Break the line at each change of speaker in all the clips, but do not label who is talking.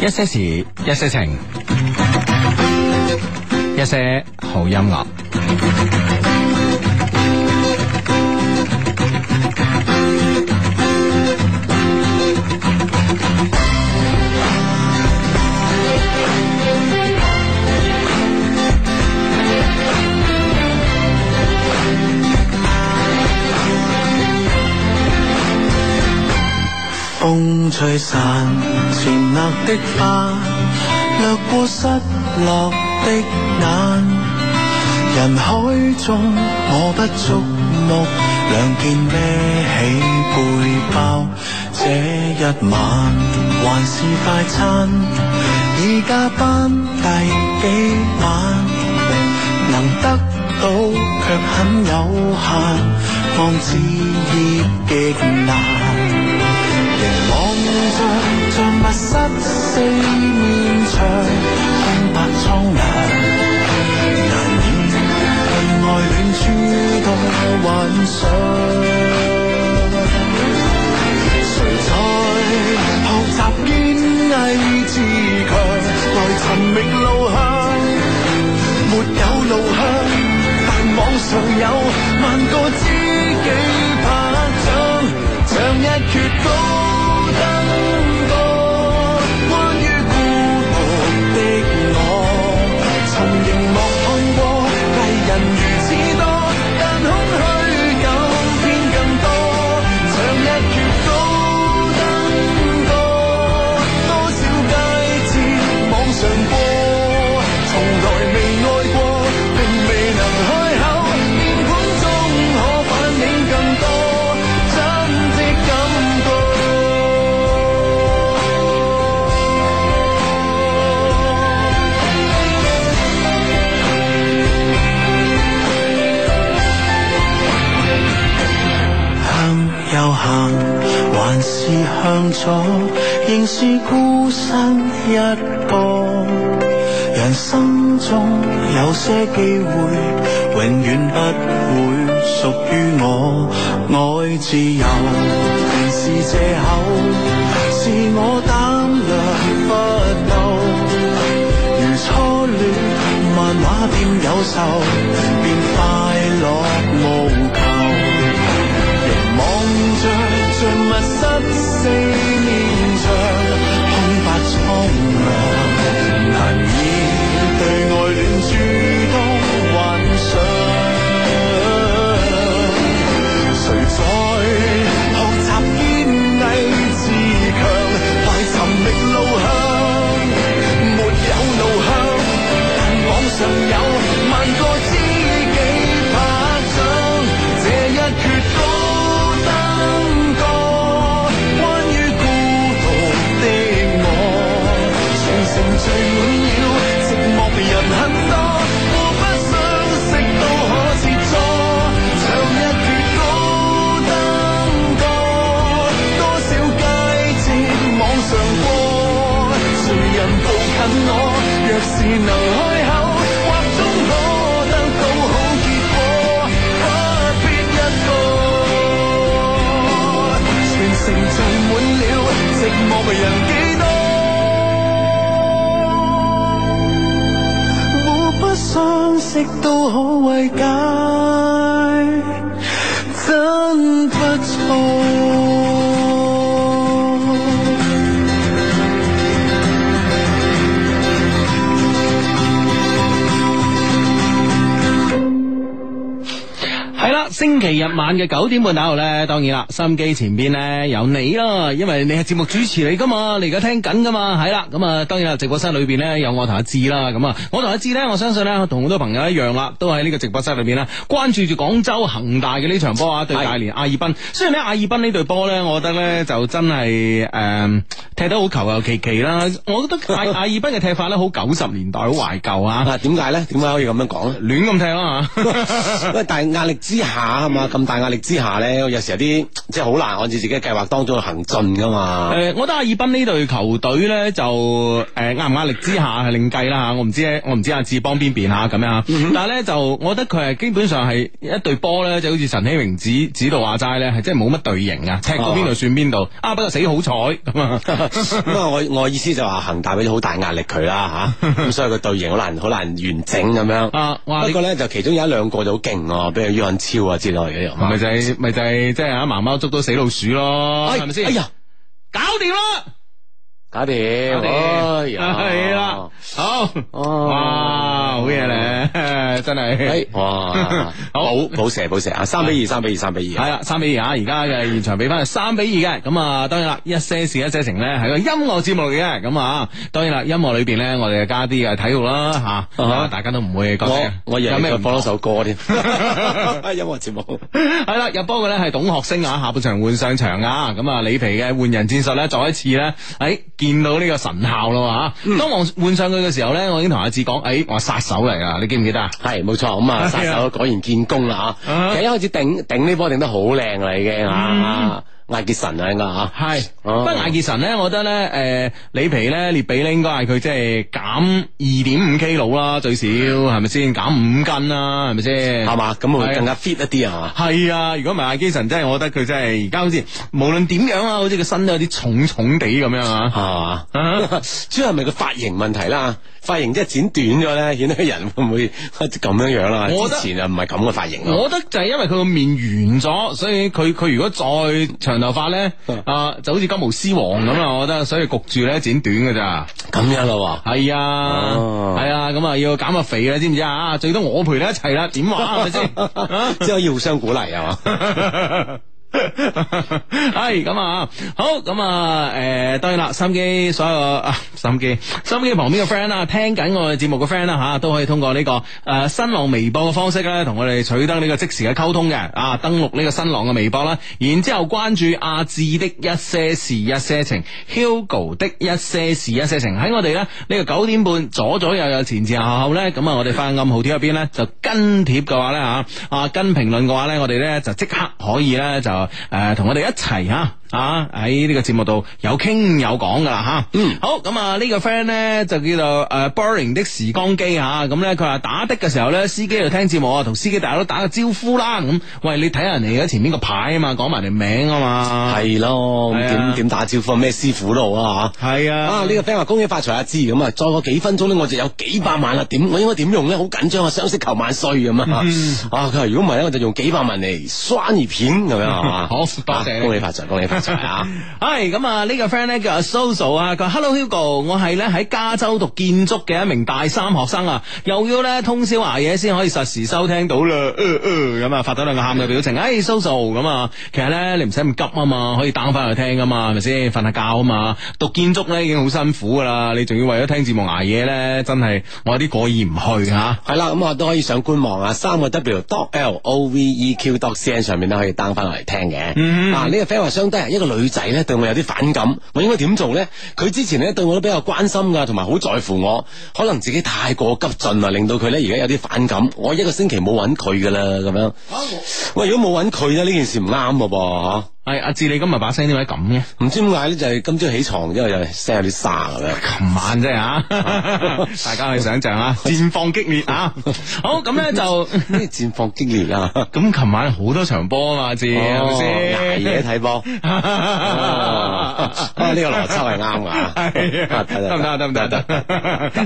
一些事，一些情，一些好音樂。
風吹散前額的花，掠過失落的眼。人海中我不觸目，兩件孭起背包。這一晚還是快餐，已加班第幾晚？能得到卻很有限，望置業極難。望着像密室四面牆，空白蒼涼，難以被愛戀諸多幻想。誰在學習堅毅自強，來尋覓路向？沒有路向，但網上有萬個知己拍掌，像一闕歌。登過關於孤獨的我，從熒幕看過藝人如此多，但空虛感偏更多。像一闕高登過，多少佳節網上過，從來未愛過，並未能開口，面孔中可反映更多真的感覺。向右行，還是向左，仍是孤身一個。人生中有些機會，永遠不會屬於我。愛自由便是借口，是我膽略不夠。如初戀，漫畫店有售，便快樂無求。望着像密室四面牆，空白蒼涼，難以對愛戀諸多幻想。誰在學習堅毅自強，快尋覓路向，沒有路向，但網上有萬個知己拍掌。這一闕高登過，關於孤獨的我，全城聚滿了寂寞人很多，互不相識都可切磋。唱一闕高登過，多少佳節網上過，誰人步近我？若是能開口，或終可得到好結果，不必一個。全城聚滿了寂寞嘅人幾多？互不相識都可慰解，真不錯。
係啦，星期日晚嘅九點半打後咧，當然啦，收音機前邊咧有你啦，因為你係節目主持嚟噶嘛，你而家聽緊噶嘛，係啦，咁啊，當然啦，直播室裏邊咧有我同阿志啦，咁啊，我同阿志咧，我相信咧同好多朋友一樣啦，都喺呢個直播室裏邊啦，關注住廣州恒大嘅呢場波啊，對大連阿爾濱。雖然咧阿爾濱呢隊波咧，我覺得咧就真係誒、嗯踢得好球有其奇啦，我覺 得阿阿爾濱嘅踢法咧好九十年代好懷舊啊，
啊，點解咧？點解可以咁樣講咧？
亂咁踢啦吓。
喂，但係壓力之下
下，係嘛？咁大壓力之下咧，有時有啲即係好難按照自己嘅計劃當中去行進噶嘛。
诶、呃我覺得阿爾濱呢隊球隊咧就诶壓唔壓力之下係另計啦吓，我唔知咧我唔知阿志邦邊邊吓咁樣啊，但係咧就我覺得佢係基本上係一隊波咧，就好似陳希榮指指導話齋咧，係真係冇乜隊形啊，踢到邊度算邊度啊，不過死好彩咁啊，
咁啊，我我意思就話恒大俾咗好大壓力佢啦 吓，咁所以個隊形好難好難完整咁樣。
啊哇
不
你
過咧就其中有一兩個就好勁喎，比如于漢超啊之類嘅又。
咪就係咪就係即係啊盲貓捉到死老鼠咯，係咪先？
哎呀，
搞掂啦！
搞掂，
我哋
哎呀
係啦，好，
哦
哇，好嘢咧， 真係，
哎，哇
好
好保射保射啊，三比二，三比二，三比
係
二。
啦，三比二啊！而家嘅現場比分係三比二嘅，咁啊，當然啦，一些事一些情咧係個音樂節目嚟嘅，咁啊，當然啦，音樂裏邊咧，我哋加啲嘅體育啦吓，
啊
大家都唔會覺
我
得
我以為
有咩
佢
唔
放
同
咗首 歌添，音 樂節目。
系啦，入波嘅咧係董學升啊，下半場換上場啊，咁啊，里皮嘅換人戰術咧，再一次咧，诶、見到呢個神效啦
嗯
吓。當我換上佢嘅時候咧，我已經同阿志講，哎诶、我係殺手嚟噶，你記唔記得啊？
系冇錯，咁啊
係啊
殺手果然見功啦吓，
啊嗯
啊其實一開始頂頂呢波頂得好靚啦已經啊，艾傑神啊應該吓，
系，
哦
不過艾傑神咧，我覺得咧，诶、里皮咧，列比咧，應該係佢即係減二點五 K 佬啦，最少係咪先？減五斤啦，係咪先？
係嘛，咁
係啊
會更加 fit 一啲啊嘛。
系啊，如果唔係艾基神，真係我覺得佢真係而家好似無論點樣啊，好似個身都有啲重重地咁樣啊。
係嘛
啊，
主要係咪個髮型問題啦？啊髮型即係剪短咗咧，顯得個人會唔 會咁樣樣啦？
我覺得
之前啊唔係咁嘅髮型咯。
我覺得就係因為佢個面圓咗，所以佢佢如果再長頭髮咧，啊就好似金毛獅王咁啊啦，我覺得，所以焗住咧剪短嘅咋。
咁樣咯
係啊，
哦
係啊，咁啊要減下肥啦，知唔知啊？最多我陪你一齊啦，點話係咪先？啊
喎，即係可以互相鼓勵啊嘛。
系咁啊，好咁啊，诶、當然啦，心機所有 啊，心機心機旁邊嘅 friend 啦，聽緊我哋節目嘅 friend 啦吓，都可以通過呢、個个呃新浪微博嘅方式咧，同我哋取得呢個即時嘅溝通嘅啊，登錄呢個新浪嘅微博啦，然之后關注阿志的一些事一些情，Hugo 的一些事一些情，喺我哋咧呢個九點半左左右右前前後後咧，咁啊，我哋翻暗號貼入邊咧就跟貼嘅話咧吓，啊跟評論嘅話咧，我哋咧就即刻可以咧就誒同、我哋一齊嚇。啊！喺呢個節目度有傾有講噶啦吓，嗯，好咁啊呢個 friend 咧就叫做誒、呃 boring 的時光機吓，咁咧佢話打的嘅時候咧，司機就聽節目啊，同司機大佬打個招呼啦咁。喂，你睇下人哋喺前面個牌啊嘛，講埋你名啊嘛，
係咯，
係
咁
啊
點點打招呼啊咩師傅都好啊吓。
係啊，
啊！呢、個 friend 話恭喜發財阿芝咁啊，再過幾分鐘咧我就有幾百萬啦，啊點我應該點用咧？好緊張啊，雙色球萬歲咁啊！
嗯
啊，佢話如果唔係咧，我就用幾百萬嚟刷魚片咁樣係嘛？
好多謝
啊恭喜發財，恭喜發財啊！
系咁啊！呢個 friend 咧叫阿 Soso 啊，佢話 Hello Hugo，我係咧喺加州讀建築嘅一名大三學生啊，又要咧通宵捱夜先可以實時收聽到啦，呃呃咁啊發咗兩個喊嘅表情，哎 Soso 咁啊，其實咧你唔使咁急啊嘛，可以 down 翻去聽噶嘛，係咪先？瞓下覺啊嘛，讀建築咧已經好辛苦噶啦，你仲要為咗聽節目捱夜咧，真係我有啲過意唔去吓。
係啦，咁啊都可以上官網啊，三個 W dot L O V E Q dot C N 上面都可以 down 翻落嚟聽嘅。
嗯
啊，呢個 friend 話相低啊，一個女仔咧對我有啲反感，我應該點做咧？佢之前咧對我都比較關心噶，同埋好在乎我，可能自己太過急進啊啦，令到佢咧而家有啲反感。我一個星期冇揾佢噶啦，咁樣。喂，如果冇揾佢咧，呢件事唔啱噶噃，
係阿志，你今日把聲點解咁嘅？
嚇唔知點解咧，就係今朝起床之後就聲有啲沙咁 樣。
琴晚啫吓，大家去想象啊，戰況激烈啊！好咁咧就。
呢個戰況激烈啊！
咁琴晚好多場波啊嘛，知 係咪先？
哦 捱夜睇波。哦，啊呢個邏輯係啱
係啊
噶，
得唔得？得唔得？得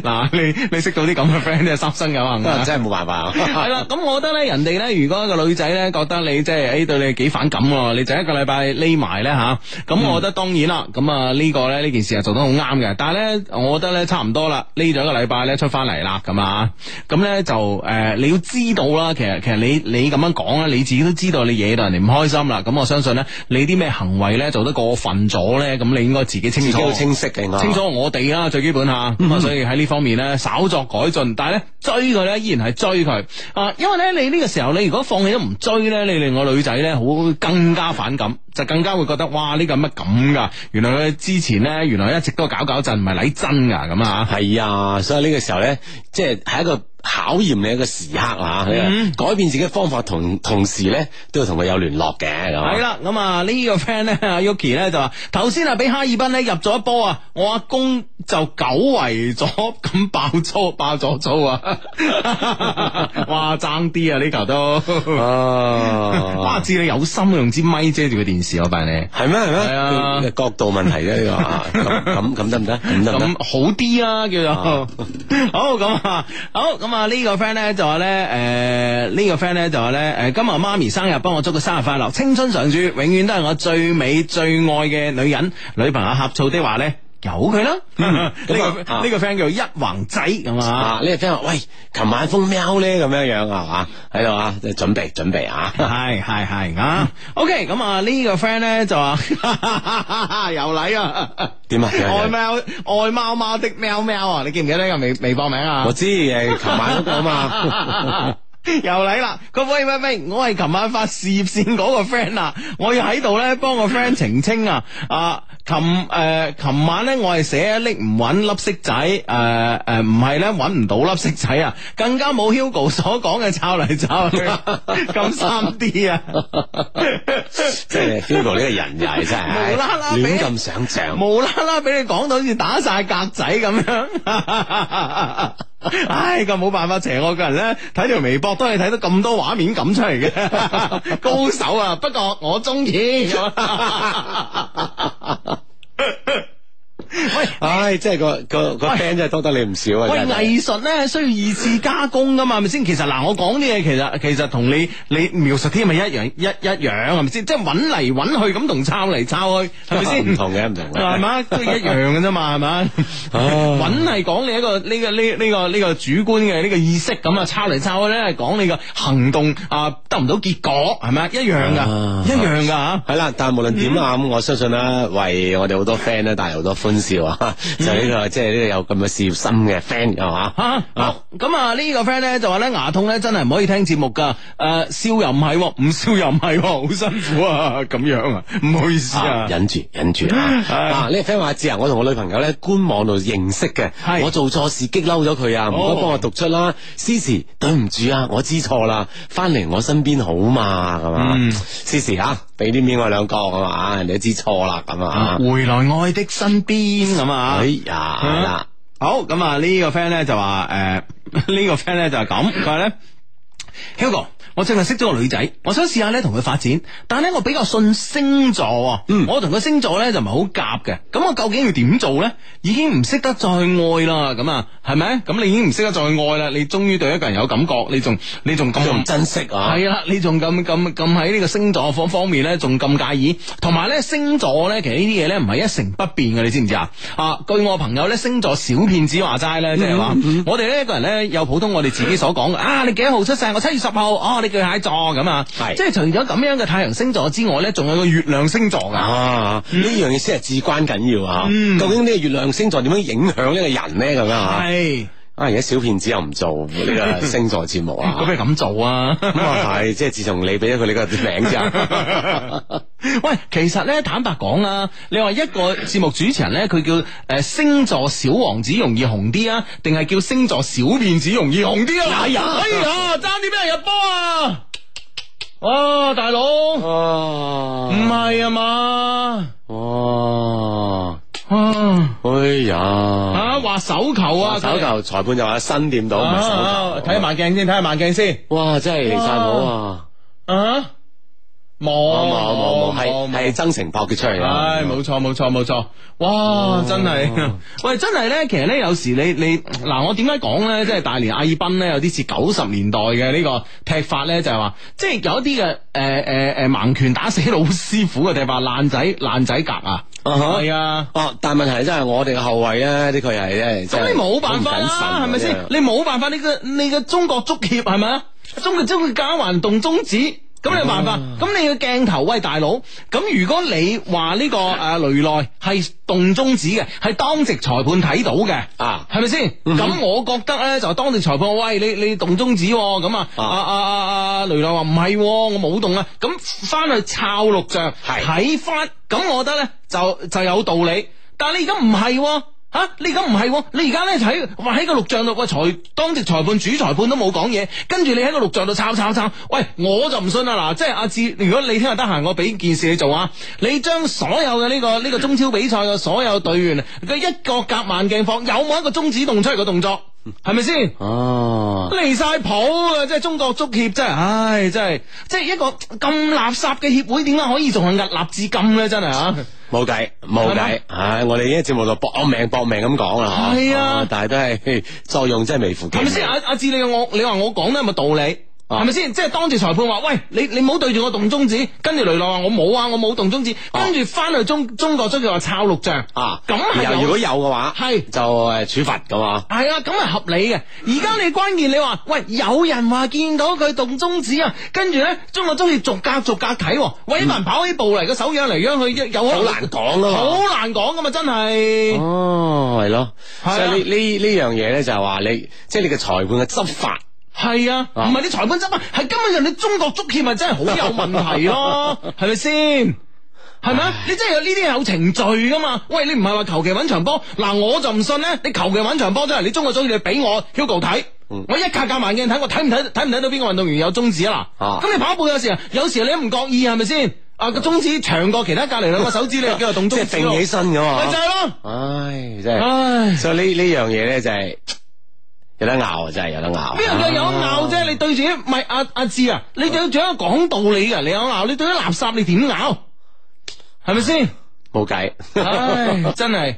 嗱，你你識到啲咁嘅 friend 真係三生有幸啊！
真係冇辦法啊！
係啦，咁我覺得咧，人哋咧，如果一個女仔咧覺得你即係诶對你幾反感喎，你就一個禮拜匿埋咧吓，咁、我覺得當然啦，咁啊呢個咧呢件事係做得好啱嘅，但係咧我覺得咧差唔多啦，匿咗一個禮拜咧出翻嚟啦，咁啊，咁咧就诶、呃你要知道啦，其實其實你你咁樣講咧，你自己都知道你惹到人哋唔開心啦，咁我相信咧你啲咩行為咧做得過分咗咧，咁你應該自己
自
清
己
楚。
好清晰嘅，
清。楚我哋啦，最基本吓，咁啊，所以喺呢方面咧稍作改進，但係咧追佢咧依然係追佢啊，因為咧你呢個時候你如果放棄咗唔追咧，你令我女仔咧好更加反感，就更加會覺得哇呢個乜咁噶，原來佢之前咧原來一直都搞搞震，唔係嚟真噶咁啊。
係啊，所以呢個時候咧，即係係一個考驗你一個時刻啊，改變自己嘅方法同同時咧都要同佢有聯絡嘅，係嘛
系啦，咁啊呢個 friend 咧，阿 Yuki 咧就話頭先啊俾哈爾濱咧入咗一波啊，我阿公就久違咗咁爆粗爆咗粗啊！ 哇，爭啲啊呢球都，哇，
哦，
知你有心用支咪遮住個電視，我扮你。
係咩係
係啊
咩？角度問題啫呢個啊，咁咁咁得唔得？咁得唔
咁
得？
好啲啦，叫做 好咁啊，好咁啊呢個 friend 咧就話咧，誒、呢、個 friend 咧就話咧，誒、今日媽咪生日，幫我祝佢生日快樂，青春常駐，永遠都係我最美最愛嘅女人，女朋友呷醋的話咧。由佢啦，呢個呢
啊
個 friend 叫一橫仔咁啊
啊！，呢個 friend 話：喂，琴晚封喵咧咁樣樣係嘛？喺度啊，即係準備準備啊！
係係係 啊，OK，咁啊呢個 friend 咧就話 有禮啊，
點啊點啊
愛貓愛貓貓的喵喵啊，你記唔記得呢個微微博名啊？
我知誒，琴晚嗰個啊嘛，
又嚟啦！佢喂喂喂，我係琴晚發事業線嗰個 friend 啊，我要喺度咧幫個 friend 澄清啊！啊，琴誒、呃琴晚咧我係寫一拎唔揾粒色仔，誒誒唔係咧揾唔到粒色仔啊，更加冇 Hugo 所講嘅抄嚟抄 去，咁三 D 啊！
即係 Hugo 呢個人又係真係
無啦啦俾
亂咁想像。
無啦啦俾你講到好似打晒格仔咁樣。 唉，咁冇辦法，邪我個人咧睇條微博都係睇到咁多畫面咁出嚟嘅 高手啊！不過我中 意。
唉，即係個個個 friend 真係多得你唔少啊！
喂，
真係
藝術咧需要二次加工噶嘛，係咪先？其實嗱，我講啲嘢其實其實同你你描述啲咪一樣一一樣係咪先？即係揾嚟揾去咁同抄嚟抄去係咪先？
唔同嘅唔同嘅
係嘛， 都係一樣嘅啫嘛，係
啊
嘛？揾係講你一個呢個呢呢個呢個主觀嘅呢個意識咁啊，抄嚟抄去咧係講你個行動啊得唔到結果係咪啊？一樣
啊
噶，一樣噶啊嚇。
系啦，但系无论点啦，啊
嗯
咁我相信啦，為我哋好多 friend 咧帶嚟好多歡笑啊！
嗯
就呢個即係呢個有咁嘅事業心嘅 friend 係嘛？
吓
啊
好咁啊！呢個 friend 咧就話咧牙痛咧真係唔可以聽節目噶，誒笑又唔係喎，唔笑又唔係喎，好辛苦啊咁樣啊，唔好意思啊
啊，忍住，忍住啊！啊，呢個 friend 話志啊，我同我女朋友咧官網度認識嘅
係，
我做錯事激嬲咗佢啊，唔
哦
該幫我讀出啦。思時，對唔住啊，我知錯啦，翻嚟我身邊好嘛，咁啊，
嗯
思時啊，俾啲面我兩個咁啊，人哋都知錯啦，咁
啊
啊，
回來愛的身邊咁啊
哎。呀，係啦，
好咁啊！呢個 friend 咧就話誒， 呢個 friend 咧就係咁，佢話咧，Hugo，我最近識咗個女仔，我想試下咧同佢發展，但係咧我比較信星座啊，我同佢星座咧就唔係好夾嘅，咁我究竟要點做咧？已經唔識得再愛啦，咁啊，係咪？咁你已經唔識得再愛啦，你終於對一個人有感覺，你仲你仲咁
仲唔珍惜啊！
嗯係啦，你仲咁咁咁喺呢個星座方方面咧，仲咁介意，同埋咧星座咧，其實呢啲嘢咧唔係一成不變嘅，你知唔知啊？啊，據我朋友咧，星座小騙子話齋咧，即係話嗯我哋呢一個人咧有普通我哋自己所講嘅啊，你幾多號出世？我七月十號，哦，你巨蟹座咁啊，
係
即係除咗咁樣嘅太陽星座之外咧，仲有個月亮星座噶。
啊！呢樣嘢先係至關緊要啊！究竟呢個月亮星座點樣影響呢個人咧？咁樣啊！
嗯係，
啊！而家小騙子又唔做呢個星座節目啊！
咁不如咁做啊！
咁啊係，即係自從你俾咗佢呢個名之後，
喂，其實咧，坦白講啦，你話一個節目主持人咧，佢叫誒、呃星座小王子容易紅啲啊，定係叫星座小騙子容易紅啲啊？哎呀，哎呀，爭啲俾人入波啊！哇，大佬，唔
哦，
係啊嘛？
哦，
啊，
哎呀！
啊畫手球啊，
手球裁判就話新掂到，
佢
唔係
啊
手球。
睇下慢鏡先，睇下慢鏡先
哇！真係離晒譜啊！
啊！冇
冇冇冇冇，係係曾誠博嘅出嚟啊！哦
唉，冇錯冇錯冇錯，哇，真 係，喂，真係咧，其實咧，有時你你嗱，我點解講咧，即係大連阿爾濱咧，有啲似九十年代嘅呢個踢法咧，就係話，即係有一啲嘅誒誒誒盲拳打死老師傅嘅踢法，爛仔爛仔格啊，
啊哈
係啊。
哦，但係問題真係我哋嘅後衞咧，的確係真
咁
係
你冇辦法啦，係
好唔謹慎啊
咪
真
先
係？
你冇辦法，你個你個中國足協係咪啊？中國中國假環動中指，咁你冇辦法。
啊
咁你個鏡頭，喂大佬，咁如果你話呢個誒雷內係動中指嘅，係當值裁判睇到嘅。
啊？
係咪先？咁我覺得咧就當地裁判，喂你你動中指喎咁啊，啊
啊
啊啊啊雷亮話唔係喎，我冇動啊，咁翻去抄錄像
係
睇翻，咁我覺得咧就就有道理。但係你而家唔係喎。吓、你而家唔係喎，你而家咧就喺話喺個錄像度，喂裁當值裁判主裁判都冇講嘢，跟住你喺個錄像度抄抄抄，喂我就唔信啦嗱，即係阿志，如果你聽日得閒，我俾件事你做啊，你將所有嘅呢、個呢、個中超比賽嘅所有隊員佢一個夾慢鏡放，有冇一個中指動出嚟嘅動作，係咪先？
哦，
離晒譜啊！即係中國足協真係，唉，真係，即係一個咁垃圾嘅協會，點解可以仲係屹立至今咧？真係 啊！
冇計冇
係
計
嘛，
唉，我哋呢個節目就搏命搏命咁講啦，嗬
係啊
但係都係作用真係微乎其
係咪先？
微。
阿阿志，你我你話我講得有冇道理？
啊
係咪先？即係當住裁判話：喂，你你唔好對住我動中指。跟住雷諾話：我冇啊，我冇動中指。跟住翻去中中國足協話抄錄像
啊，
咁係
然後如果有嘅話，
係
就誒處罰咁啊。
系啊，咁係合理嘅。而家你關鍵你話，喂，有人話見到佢動中指啊，跟住咧，中國中意逐格逐格睇喎，喂，一文跑起步嚟，個手樣嚟樣去，有可能
嗯好難講啊嘛
好難講噶嘛，真係。
哦，係咯，
係啊
所以呢呢呢樣嘢咧就係話你，即係你嘅裁判嘅執法。
係啊，
啊
唔係你裁判執啊，係根本上你中國足協咪真係好有問題 咯，係咪先？係咪啊？你真係有呢啲係有程序噶嘛？喂，你唔係話求其揾場波，嗱我就唔信咧。你求其揾場波出嚟，你中國足協你俾我 Hugo 睇，
嗯
我一格格慢鏡睇，我睇唔睇睇唔睇到邊個運動員有中指啊？
啊
嗱，咁你跑步有時候有時候你唔覺意係咪先？啊個中指長過其他隔離兩個手指，你又叫做動
即
中
係
指
定
咯啊
起身
咪
咁
就
啊！
係咯，
唉，真係，
唉。
所以呢呢樣嘢咧就係有得拗啊，真係有得拗。
邊度有拗啫？你對住啲唔係阿阿志啊，你對住一個講道理啊嘅，你有拗，你對啲垃圾你點拗？係咪先？
冇計，
唉，真係。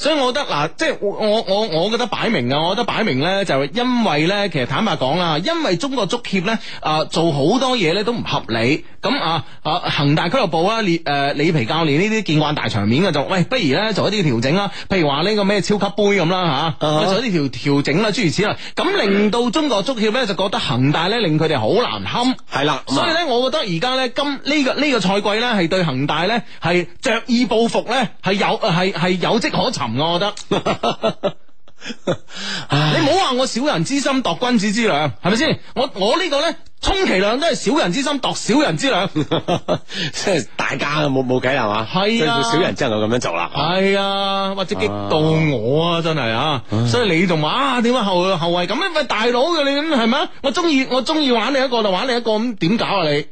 所以我覺得嗱，即係我我我我覺得擺明啊，我覺得擺明咧就係因為咧，其實坦白講啦，因為中國足協咧啊做好多嘢咧都唔合理，咁啊啊恒大俱樂部啊，列誒里皮教練呢啲見慣大場面嘅就，喂，不如咧做一啲調整啦，譬如話呢個咩超級杯咁啦吓，
啊哈
做一啲調調整啦，諸如此類，咁令到中國足協咧就覺得恒大咧令佢哋好難堪。
係啦，咁啊
所以咧，我覺得而家咧，今呢、個呢、個賽季咧，係對恒大咧係着意報復咧，係有係係有跡可尋嘅，我覺得。 你唔好話我小人之心度君子之量，係咪先？我我呢個咧，充其量都係小人之心度小人之
啊
量。
即係大家冇冇計啦係嘛，
係啊
所以少人只能夠咁樣做啦。
係啊，或者激到我啊，真係啊！所以你仲話啊，點解後後衞咁咧？喂，大佬嘅你咁係咪啊？我中意我中意玩你一個就玩你一個，咁點搞啊你？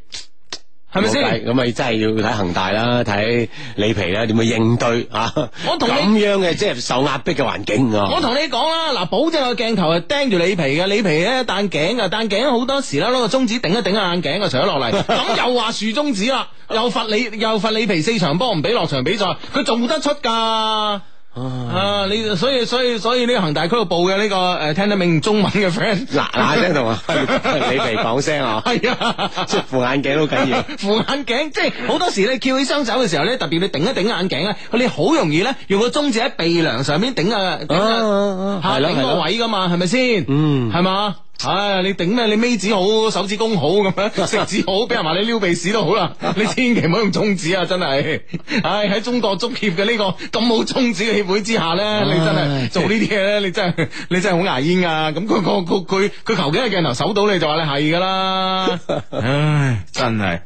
係咪
冇
先
計？咁咪真係要睇恒大啦，睇里皮啦，點去應對啊？
我同你
咁樣嘅即係受壓迫嘅環境啊！
我同你講啦，嗱，保證個鏡頭係盯住你皮嘅，你皮咧戴眼鏡啊，戴眼鏡好多時啦，攞個中指頂一頂下眼鏡啊，除咗落嚟， 咁又話豎中指啦，又罰你又罰你皮四場波唔俾落場比賽，佢做得出㗎。啊！你所以所以所以呢個恒大俱樂部嘅呢個誒聽得明中文嘅 friend
嗱嗱聲 同啊里皮講聲啊，
係啊。
即係副眼鏡都好緊要。
副眼鏡，即係好多時你翹起雙手嘅時候咧，特別你頂一頂眼鏡咧，你好容易咧用個中指喺鼻梁上面頂啊，頂啊
啊啊啊
嚇
係咯
頂
係
個
咯
位噶嘛，係咪先？
嗯
係嘛？唉，你頂咩？你尾指好，手指公好咁 樣，食指好，俾人話你撩鼻屎都好啦。你千祈唔好用中指啊！真係，唉，喺中國足協嘅呢個咁冇中指嘅協會之下咧，你真係
唉
做呢啲嘢咧，你真係你真係好牙煙噶。咁佢佢佢佢佢求其一個鏡頭搜到你就話你係噶 啦。唉，真係。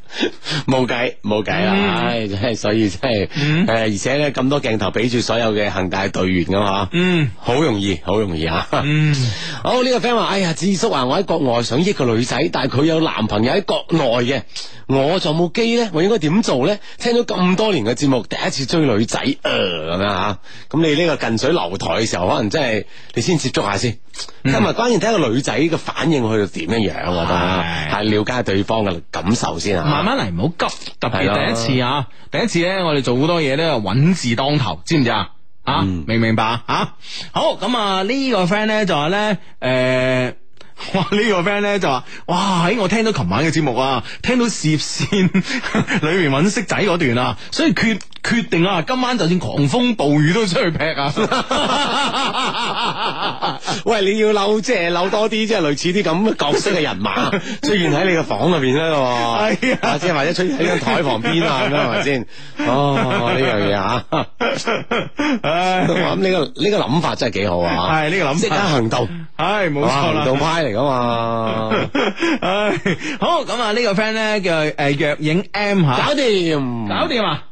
冇計冇計啦，
嗯
唉，真係所以真係，誒，而且咧咁多鏡頭俾住所有嘅恒大隊員噶嘛，
嗯
好容易，好容易啊！
嗯，
好呢個 friend 話：，哎呀，智叔啊，我喺國外想益個女仔，但係佢有男朋友喺國內嘅，我仲有冇機咧？我應該點做咧？聽咗咁多年嘅節目，第一次追女仔，呃咁樣吓，咁你呢個近水樓台嘅時候，可能真係你先接觸下先，
嗯
今日關鍵睇個女仔嘅反應去到點樣樣，我覺
係
得啊係了解對方嘅感受先啊。
慢慢嚟，唔好急。特
係啦
別第一次啊，第一次咧，我哋做好多嘢咧，穩字當頭，知唔知啊？啊，
嗯
明唔明白啊啊？好，咁啊呢個 friend 咧就話咧，誒。 哇！呢、個 friend 咧就話：，哇！喺我聽到琴晚嘅節目啊，聽到涉線 裏面揾色仔嗰段啊，所以決決定啊，今晚就算狂風暴雨都出去劈 啊！
喂，你要扭即係扭多啲，即係類似啲咁嘅角色嘅人 馬出現喺你個房入邊啦，
係
喎，
啊
或者或者出現喺張台旁邊啊，咁樣係咪先？哦，呢樣嘢啊，
唉
我諗呢個呢個諗法真係幾好啊，
係呢個諗法
即刻行動，
唉，冇
哇
錯啦
行。動派嚟噶 嘛，
唉，好咁啊！呢個 friend 咧叫誒藥影 M 吓，
搞掂，
搞掂啊！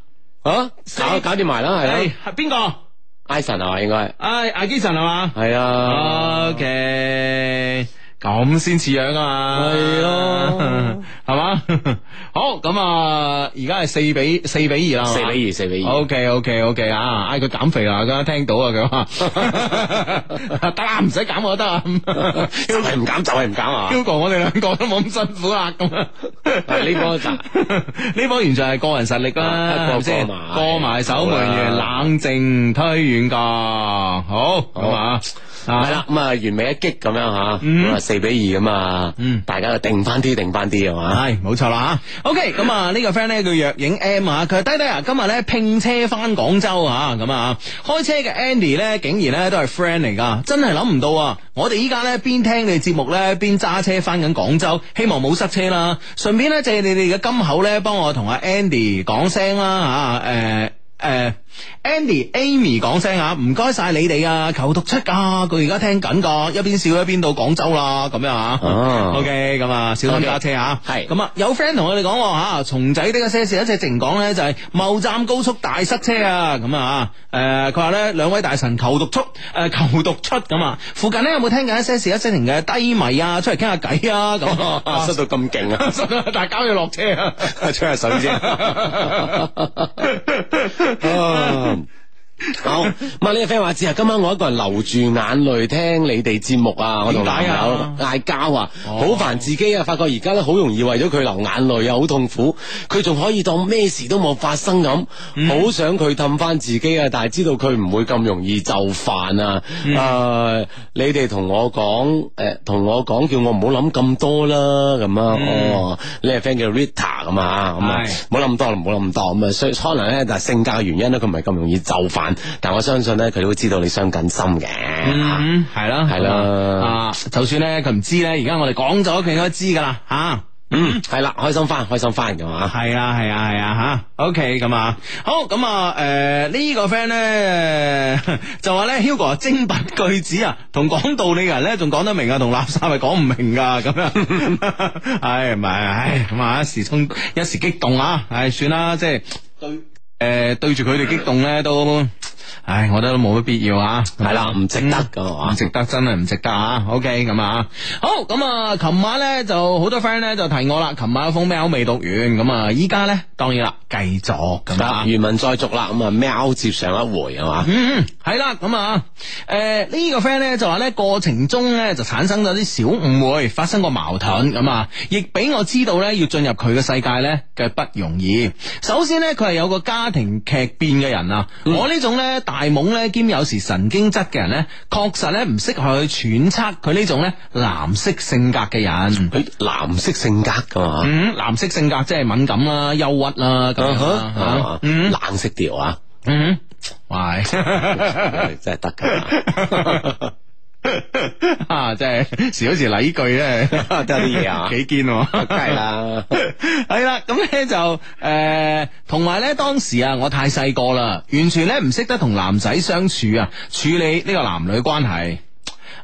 啊，搞搞掂埋啦，係
係
啦，
係邊個？
，Ison 啊，應該
唉，阿基神係嘛
係啊，
？OK，咁先似樣啊嘛，
係咯，
係嘛？好，咁啊，而家係四比四比二啦，
四比
二。
二，四比 二
O，K O K O K 啊，嗌佢減肥啦，佢聽到啊，佢話得啦，唔使減我得啊。
就係唔減就係唔減啊！
Hugo，我哋兩個都冇咁辛苦啦，咁啊
呢波 就
呢波完全係個人實力啦，
啊
係咪先
過埋
過埋守門員，
好啊
冷靜推遠角，好咁啊，嗯
係
係
啦，咁啊完美一擊咁樣吓，咁啊四比二咁啊，
嗯
大家就定翻啲，定翻啲係嘛？
系冇錯啦吓，OK，咁啊呢個 friend 咧叫若影 M 啊，佢話低低啊，今日咧拼車翻廣州啊，咁啊開車嘅 Andy 咧竟然咧都係 friend 嚟噶，真係諗唔到啊！我哋依家咧邊聽你哋節目咧邊揸車翻緊廣州，希望冇塞車啦，順便咧借你哋嘅金口咧幫我同阿 Andy 講聲啦吓，诶、诶、Andy、Amy 講聲啊，唔該晒你哋啊，求讀出啊，佢而家聽緊噶，一邊笑一邊到廣州啦，咁樣啊
哦
，OK，咁啊，小心
OK
揸車啊，
係
咁啊，有 friend 同我哋講喎吓，松仔呢個些事一隻情講咧就係茂站高速大塞車啊，咁啊，诶，佢話咧兩位大神求讀出，诶 求讀出咁啊，附近咧有冇聽緊一些事一些情嘅低迷啊，出嚟傾下偈啊，咁
啊 塞到咁勁 啊！
大家要落車啊！
吹下水 啫。啊好，咁啊呢個 friend 話，只係今晚我一個人流住眼淚聽你哋節目啊，我同男
點解
友
啊
嗌交啊，好煩自己啊，發覺而家咧好容易為咗佢流眼淚啊，好痛苦，佢仲可以當咩事都冇發生咁，
嗯
好想佢氹翻自己啊，但係知道佢唔會咁容易就範啊，
嗯
啊你哋同我講，誒同我講叫我唔好諗咁多啦，咁啊，哦，呢個 friend 叫 Rita 咁啊，咁啊
嗯係。
唔好諗咁多，唔好諗咁多咁啊。所以可能咧，但係性格嘅原因咧，佢唔係咁容易就範。但我相信咧，佢都知道你傷緊心嘅。
嗯，系啦，
係啦
啊，就算咧佢唔知咧，而家我哋講咗，佢應該知噶啦，啊吓、
嗯，係啦，開心翻，開心翻嘅嘛。
系啊系啊系啊吓，OK 咁啊，好咁啊，诶、呢、個个 friend 咧 就話咧 Hugo 啊精品句子啊，同講道理嘅人咧仲講得明啊，同垃圾係講唔明噶咁樣， 唉唔係唉咁啊一時衝一時激動啊，唉算啦，即係對诶、對住佢哋激動咧都，唉我覺得都冇乜必要啊，
係啦，唔值得嘅
嗯唔
嘛。
值得，真係唔值得啊！OK，咁啊，好咁啊，琴晚咧就好多 friend 咧就提我啦，琴晚有封 mail 未讀完，咁啊，依家咧當然啦，繼續咁啊
啊，。原文再續啦，咁啊喵接上一回係嘛。
嗯，系啦，咁啊，诶、呢、個个 friend 咧就話咧過程中咧就產生咗啲小誤會，發生過矛盾咁啊，亦俾我知道咧要進入佢嘅世界咧嘅不容易。首先咧佢係有個家庭劇變嘅人啊，
嗯
我呢種咧大懵咧兼有時神經質嘅人咧，確實咧唔適合去揣測佢呢種咧藍色性格嘅人。
佢藍色性格嘅嘛。
嗯，藍色性格即係敏感啦、憂鬱啦咁
啊
樣
哈
啦
啊
嚇嗯
冷色 調啊，
嗯，喂。
真係得㗎，
啊，真系時好時禮句咧，
都有啲嘢啊
幾堅喎，
梗係。啦。
系啦，咁咧就诶，同埋咧當時啊，我太細個啦，完全咧唔識得同男仔相處啊，處理呢個男女關係。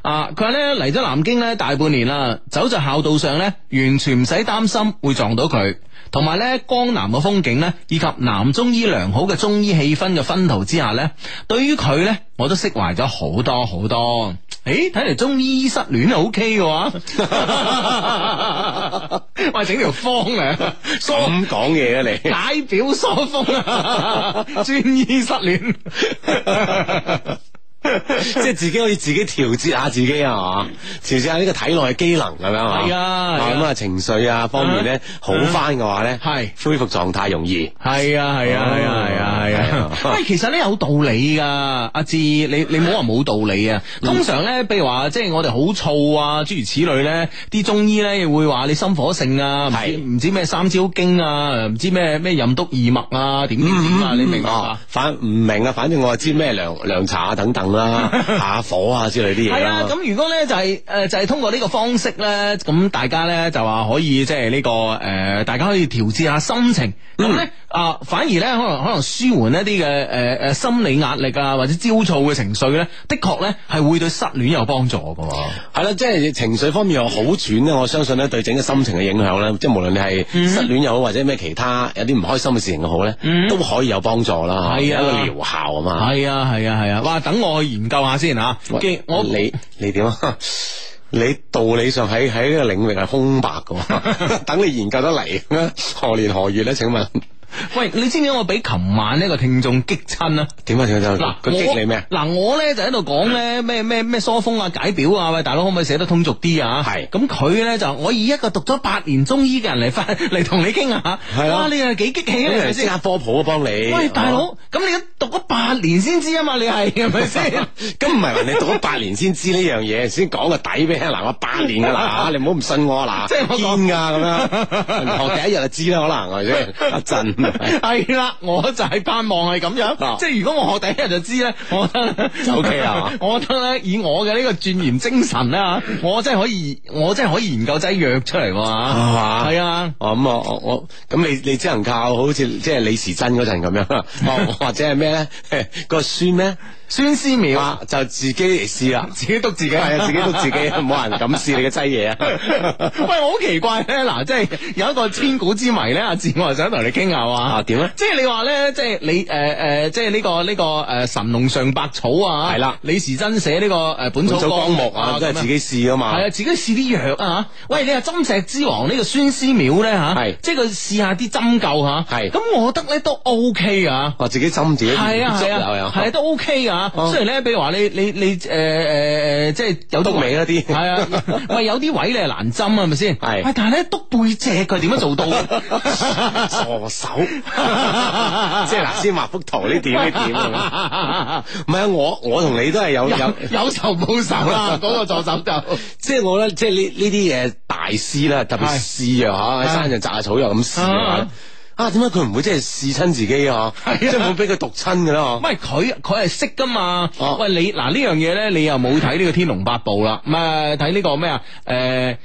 啊！佢話咧嚟咗南京咧大半年啦，走在校道上咧，完全唔使擔心會撞到佢，同埋咧江南嘅風景咧，以及南中醫良好嘅中醫氣氛嘅熏陶之下咧，對於佢咧，我都釋懷咗好多好多。誒，睇嚟中醫失戀係 O K 嘅喎，喂，整條方啊，疏
咁講嘢啊 你，
解表疏風啊， 專醫失戀。
即係自己可以自己調節下自己啊嘛，調節下呢個體內嘅機能咁樣啊。
係啊係啊
咁啊情緒啊方面咧好翻嘅話咧，
係
恢復狀態容易。
系啊系啊系啊系啊系啊！喂，其實咧有道理噶，阿志，你你唔好話冇道理啊。通常咧，譬如話即係我哋好燥啊，諸如此類咧，啲中醫咧會話你心火盛啊，唔知
係
唔知咩三焦經啊，唔知咩咩任督二脈啊，點點點啊，你明白
哦
嘛？，
反唔明啊，反正我知咩涼涼茶啊等 等啦，下火啊之類啲嘢
係啊
啦，。
咁如果咧就係、呃就係、通過呢個方式咧，
嗯
咁大家咧就話可以即係呢個誒、呃大家可以調節下心情。咁咧、啊，反而咧可能可能舒緩一啲嘅誒誒心理壓力啊，或者焦躁嘅情緒咧，的確咧係會對失戀有幫助噶。
系啦，即系情緒方面有好轉咧，我相信咧對整個心情嘅影響咧，即系无论你係
嗯
失戀又好，或者咩其他有啲唔開心嘅事情又好咧，都可以有幫助啦，
係啊
有一個療效啊嘛。
係啊係啊係啊！哇，等我去研究下先吓。
喂
既我
你你点啊？ 你道理上喺喺呢個領域係空白噶， 等你研究得嚟咁樣何年何月咧？請問
喂，你知唔知我俾琴晚呢個聽眾激親啊？
點啊？點啊？點
嗱
啊，佢激你咩？
我嗱，我咧就喺度講咧咩咩咩疏風啊、解表啊，喂，大佬可唔可以寫得通俗啲啊？
係
咁佢咧就我以一個讀咗八年中醫嘅人嚟翻 嚟同你傾下，
係啊
哇，你又幾激氣啊？係咪
咁嚟即
先？
刻科普啊，幫你。
喂，大
啊
佬，咁你讀咗八年先知啊嘛？你係係咪 先？
咁唔係話你讀咗八年先知呢樣嘢，先講個底俾你聽。嗱，我八年噶 啦，你唔好唔信我嗱，
即係我講
堅噶 咁樣，學第一日就知啦，可能係咪先？阿震，
係啦，我就係盼望係咁
啊
樣，即係如果我學第一日就知咧，我覺得
就 OK 啦係嘛
我覺得咧，以我嘅呢個鑽研精神咧，嚇我真係可以，我真係可以研究劑藥出嚟喎嚇。
係嘛
係啊。
哦咁我我我咁你你只能靠好似即係李時珍嗰陣咁樣， 哦或者係咩咧？ 個孫咩
孫思邈
啊就自己嚟試啦，
自己督自己，
係啊自己督 自己，冇人敢試你嘅劑嘢啊！
喂，我好奇怪咧，嗱，即係有一個千古之謎咧，阿志，我係想同你傾下
啊
話。
點咧？
即係你話咧，即係你誒誒，即係呢個呢個誒神農嘗百草啊，
係啦
李時珍寫呢個誒本
本
草
草綱目啊，都係
咁樣
自己試啊嘛
係。啊，自己試啲藥啊喂，你話針石之王呢個孫思邈咧吓，
係
即係佢試下啲針灸吓，
係
咁我覺得咧都 OK 啊。
哦，自己針自己
係啊
執
係
有有哦
啊，係啊都 OK 啊。雖然咧，比如話你你你誒誒誒，即係有
篤尾嗰啲
系啊， 喂，有啲位你係難針啊，係咪先？
係
喂但係咧篤背脊啊佢點樣做到？
傻 手，即係嗱，先畫幅圖呢點呢點咁樣唔係啊，我我同你都係有有，
有仇報仇 啦，嗰個助手就。
即係我咧，即係呢呢啲嘢大師啦，特別
係
試藥嚇，喺山上摘下草藥咁試啊
啊。
啊，點解佢唔會即係試親自己啊？即係唔會俾佢毒親㗎啦？
唔
嗬
係佢佢係識噶嘛？
哦
喂，你嗱呢樣嘢咧，你又冇睇呢個《天龍八部》啦，唔係睇呢個咩啊？誒、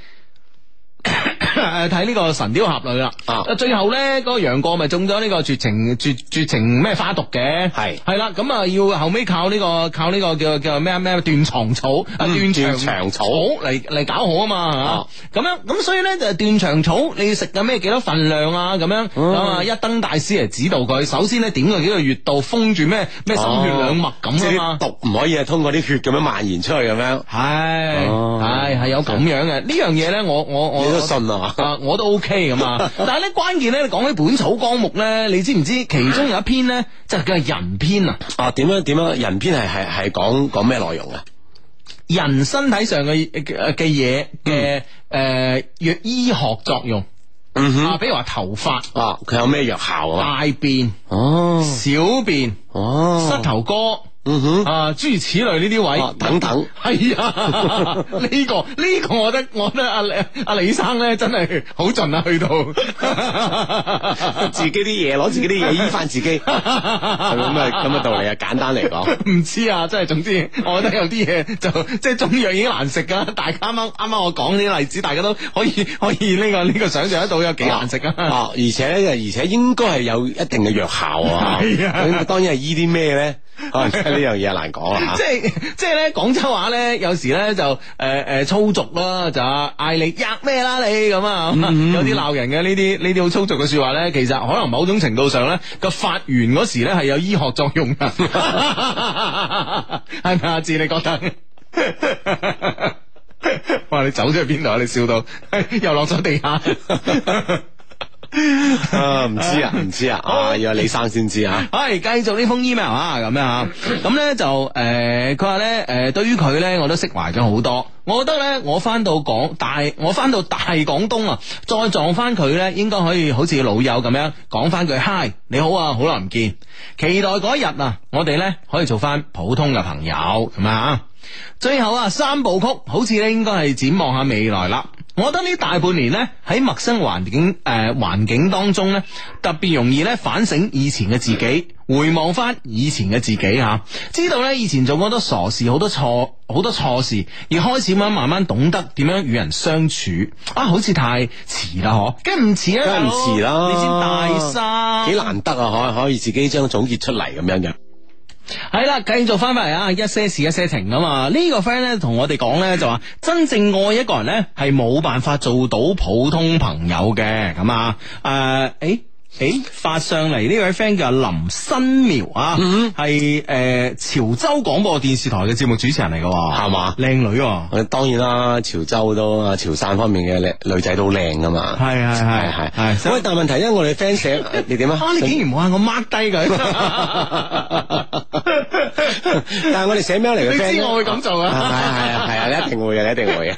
誒睇呢個《神雕俠侶》啦，
啊
最後咧嗰、個楊過咪中咗呢個絕情絕絕情咩花毒嘅，
係
係啦，咁啊要後尾靠呢、個靠呢個叫叫咩啊咩斷腸草啊斷腸
斷腸嗯草
嚟嚟搞好啊嘛，係
啊
嘛？咁樣咁所以咧就斷腸草你食緊咩幾多份量啊？咁樣
嗯
咁啊一燈大師嚟指導佢，首先咧點佢幾個穴道封住咩咩心血兩脈
即
咁
係
啊嘛
啲。毒唔可以係通過啲血咁樣蔓延出去咁樣，
系系系有咁樣嘅呢樣嘢咧，我我我
哦你都信啊嘛？
啊，我都 OK 咁 啊。但係咧關鍵咧，你講起《本草綱目》咧，你知唔知其中有一篇咧，就係叫係人篇啊，
啊，點樣點樣？人篇係係係講講咩內容啊？
人身體上嘅嘅嘅嘢嘅诶藥醫學作用
嗯哼，
啊，比如話頭髮、
啊，佢有咩藥效啊？
大便、
哦
小便、
哦，
膝頭哥。
嗯哼。
啊，諸如此類呢啲位。
啊等等，
係啊，呢、個呢、個我覺得我覺得阿阿李生咧真係好盡啊，去到
自己啲嘢攞自己啲嘢醫翻自己，係咪咁嘅咁嘅道理啊？簡單嚟講，
唔知啊，真係總之，我覺得有啲嘢就即係中藥已經難食噶，大家啱啱啱啱我講呢啲例子，大家都可以可以呢、個呢、個想象得到有幾難食啊！
啊，而且咧，而且應該係有一定嘅藥效啊。
係啊
咁當然係醫啲咩咧？ 啊，呢樣嘢難講啊啦
即係即係咧，廣州話咧，有時咧就誒誒、呃粗俗啦，就啊嗌你吔咩啦你咁啊，有啲鬧人嘅呢啲呢啲好粗俗嘅説話咧，其實可能某種程度上咧個發源嗰時咧係有醫學作用㗎， 係咪啊阿志你覺得？ 哇！你走咗去邊度啊？你笑到 又落咗地下。
嚇。啊，唔 知啊，唔知啊，啊，要阿李生先知啊。
系繼續呢封 email 啊，咁樣啊，咁咧就誒，佢話咧誒，對於佢咧我都釋懷咗好多。我覺得咧，我翻到廣大，我翻到大廣東啊，再撞翻佢咧，應該可以好似老友咁樣講翻句 hi，你好啊，好耐唔見，期待嗰一日啊，我哋咧可以做翻普通嘅朋友咁啊。最後啊，三部曲好似咧應該係展望下未來啦。我覺得呢大半年呢，喺陌生環境誒環、境當中呢，特別容易呢反省以前嘅自己，回望翻以前嘅自己嚇、知道呢以前做過好多傻事，好多錯好多錯事，而開始咁樣慢慢懂得點樣與人相處啊，好似太遲啦嗬，梗係唔遲啦，
梗係唔遲啦
你先大三，
幾難得啊，可可以自己將總結出嚟咁樣嘅。
係啦，繼續翻返嚟啊！一些事，一些情啊嘛。呢、個 friend 咧同我哋講咧就話，真正愛一個人咧係冇辦法做到普通朋友嘅咁啊。誒、誒。誒，發上嚟呢位 friend 叫林新苗啊，
嗯
係誒、潮州廣播電視台嘅節目主持人嚟嘅喎，
係嘛
靚女喎，
誒當然啦，潮州都啊，潮汕方面嘅靚女仔都靚噶嘛。
係係係
係
係
係。喂，但問題因為我哋 friend 寫 你點啊？
啊！你竟然冇嗌我 mark 低 佢，
但係我哋寫 mail 嚟嘅
你
friend，
知我會咁做啊
係係啊係啊，你一定會嘅，你一定 會嘅。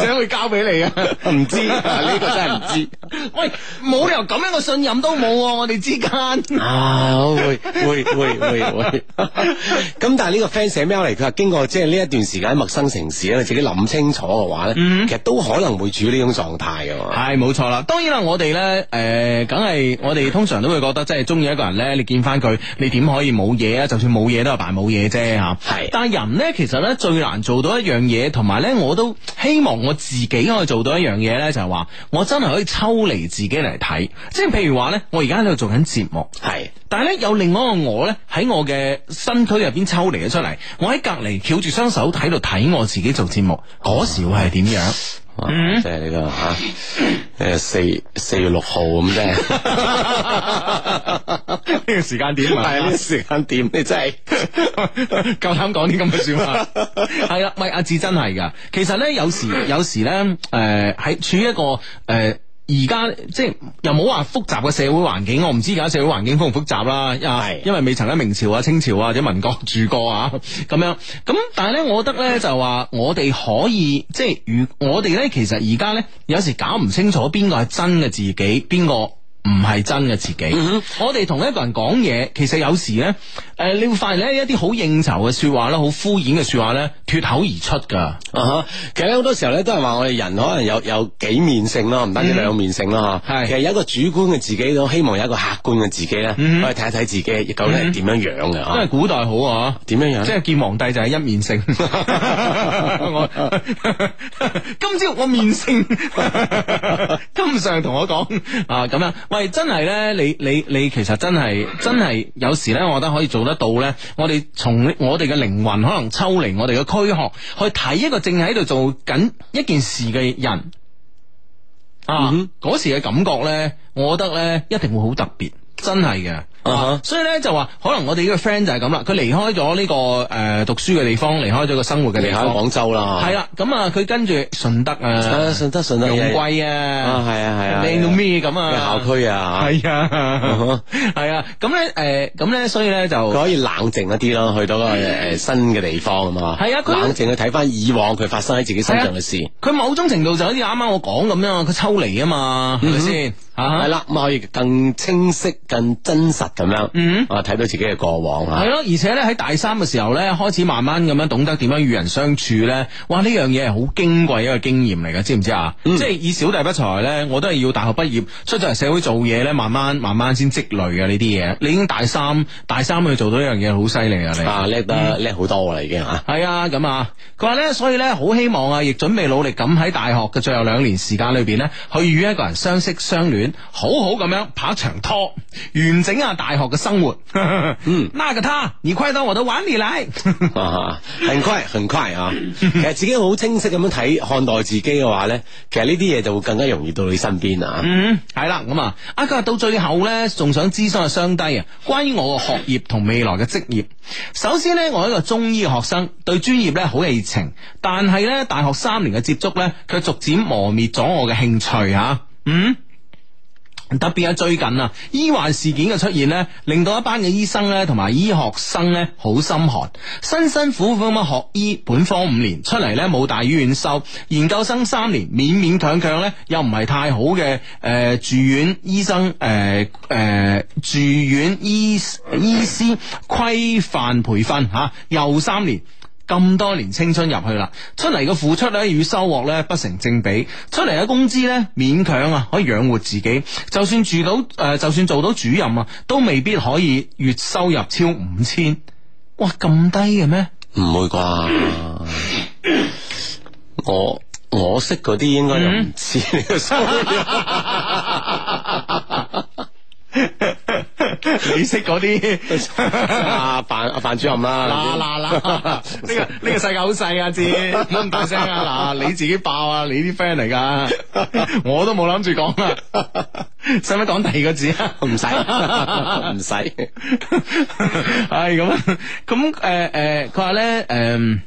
而且會交俾你啊！
唔知呢個真係唔知。
喂，冇理由咁樣嘅信任都冇喎、我哋之間。
啊，會會會會會，咁但係呢個 friend 寫 mail 嚟，佢話經過即係呢一段時間喺陌生城市咧，你自己諗清楚嘅話咧，其實都可能會處於呢種狀態嘅嘛。
嗯係冇錯啦，當然啦，我哋咧，誒、梗係我哋通常都會覺得，即係中意一個人咧，你見翻佢，你點可以冇嘢啊？就算冇嘢都係扮冇嘢啫吓。
係
但係人咧，其實咧最難做到一樣嘢，同埋咧，我都希望我自己可以做到一樣嘢咧，就係話我真係可以抽離自己嚟睇，即係譬如話咧，我而家喺度做緊節目。
係
但係咧，有另外一個我咧喺我嘅身軀入邊抽離咗出嚟，我喺隔離翹住雙手喺度睇我自己做節目，嗰時會係點 樣？
哇
嗯
即係呢個吓，誒四四月六號 咁 真係。
呢個時間點啊
係啊呢個時間點，你真係啊
夠膽講啲咁嘅説話，係啦，喂，阿志真係噶。其實咧，有時有時咧，誒、喺處於一個誒。呃而家即係又冇話複雜嘅社會環境，我唔知而家社會環境複唔複雜啦。啊
係
因為未曾喺明朝啊、清朝啊或者民國住過啊咁樣。咁但係咧，我覺得咧就話我哋可以即係如我哋咧，其實而家咧有時搞唔清楚邊個係真嘅自己，邊個。唔係真嘅自己，我哋同一個人講嘢，其實有時咧，誒、你會發現咧一啲好應酬嘅說話啦，好敷衍嘅說話咧，脱口而出噶。
啊哈！其實咧好多時候咧都係話我哋人可能有有幾面性咯，唔單止兩面性咯吓。
係
其實有一個主觀嘅自己，都希望有一個客觀嘅自己咧，可以睇一睇自己究竟係點樣樣嘅
因為
啊？
古代好啊，
點樣樣
即係
咧？
見皇帝就係一面 性。 我今朝我面 性，今上同我講啊咁樣。喂，真係咧，你你你其實真係真係有時咧，我覺得可以做得到咧。我哋從我哋嘅靈魂可能抽離我哋嘅軀殼，去睇一個正喺度做緊一件事嘅人啊，
嗯
嗰、時嘅感覺咧，我覺得咧一定會好特別，真係嘅。
啊哈
啊所以咧就話，可能我哋呢個 friend 就係咁啦，佢離開咗呢、個誒、呃、讀書嘅地方，離開咗個生活嘅地
離開
方，
廣州啦，
係啦，咁啊佢跟住順德
啊，
啊，
順德順德
容貴啊
啊，，係啊係啊，
靚到咩咁
嘅
啊，
校區啊，
係啊
哈，
係啊，咁咧誒，咁咧所以咧就
佢可以冷靜一啲咯，去到個誒新嘅地方啊嘛，
係啊佢
冷靜去睇翻以往佢發生喺自己身上嘅事。
佢某種程度就好似啱啱我講咁樣，佢抽離啊嘛，係咪先？啊
系嗯啦，咁可以更清晰、更真實咁樣，
嗯
啊睇到自己嘅過往
系
啊，
咯，而且咧喺大三嘅時候咧，開始慢慢咁樣懂得點樣與人相處咧，哇！呢樣嘢係好矜貴一個經驗嚟嘅，知唔知啊？即係以小弟不才咧，我都係要大學畢業出咗嚟社會做嘢咧，慢慢慢慢先積累嘅呢啲嘢。你已經大三，大三去做到呢樣嘢，好犀利啊！你。
啊叻得叻好多啦已經啊，
係啊，咁啊，佢話咧，所以咧，好希望啊，亦準備努力咁喺大學嘅最後兩年時間裏邊咧，去與一個人相識相戀，好好咁樣拍一場拖，完整啊大學嘅生活。嗯，那個他，你快到我的碗裏來。
啊很快很快啊， 其實自己好清晰咁樣睇看待自己嘅話咧，其實呢啲嘢就會更加容易到你身邊啊，
嗯，係啦，咁啊，啊佢話到最後呢，仲想諮詢下雙低啊，關於我嘅學業同未來嘅職業。首先呢，我係一個中醫嘅學生，對專業嗯呢好啊有熱情，但係呢，大學三年嘅接觸呢，佢逐漸磨滅咗我嘅興趣吓、嗯。特別係最近啊，醫患事件嘅出現呢，令到一班嘅醫生呢，同埋醫學生呢，好心寒，辛辛苦苦咁樣學醫，本科五年出嚟呢，冇大醫院收，研究生三年勉勉強強呢，又唔係太好嘅誒、呃住院醫生誒誒、呃住院醫醫師規範培訓嚇、又三年。咁多年青春入去啦，出嚟嘅付出咧與收穫咧不成正比，出嚟嘅工資咧勉強啊可以養活自己，就算住到誒、呃就算做到主任啊，都未必可以月收入超五千。哇，咁低嘅咩？
唔會啩？我我識嗰啲應該就
嗯
唔知你個收入。
你識嗰啲
阿啊范阿范主任啦，
嗱嗱嗱，呢個呢個世界好細啊，知唔好咁大聲啊！嗱，你自己爆啊，你啲 friend 嚟噶， 我都冇諗住講啊，使唔使講第二個字啊？
唔使唔使，
系咁啊，咁诶诶，佢话咧诶。誒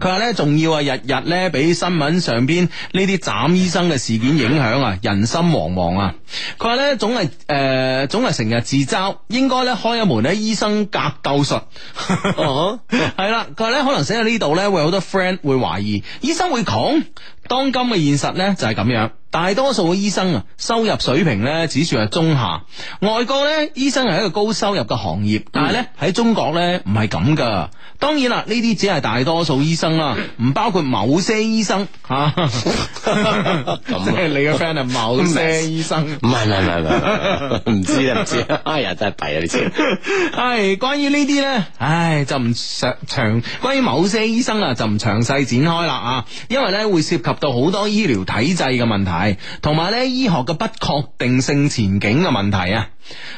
佢話咧，仲要啊，日日咧俾新聞上邊呢啲斬醫生嘅事件影響啊，人心惶惶啊。佢話咧，總係誒、呃總係成日自嘲，應該咧開一門咧醫生格鬥術。 係啦，佢話咧可能寫到呢度咧，會有好多 friend 會懷疑醫生會窮。當今嘅現實咧就係咁樣，大多數嘅醫生啊，收入水平咧只算係中下。外國咧，醫生係一個高收入嘅行業，但係咧喺中國咧唔係咁噶。當然啦，呢啲只係大多數醫生啦，唔包括某些醫生吓。 即係你嘅 friend 係某些醫生。
唔係唔係唔係唔係，唔知啊唔知啊，哎呀真係弊啊你知。
系关于呢啲呢，唉就唔詳詳，關於某些醫生啊就唔詳細展開啦啊，因為呢會涉及到好多醫療體制嘅問題，同埋呢醫學嘅不確定性前景嘅問題啊。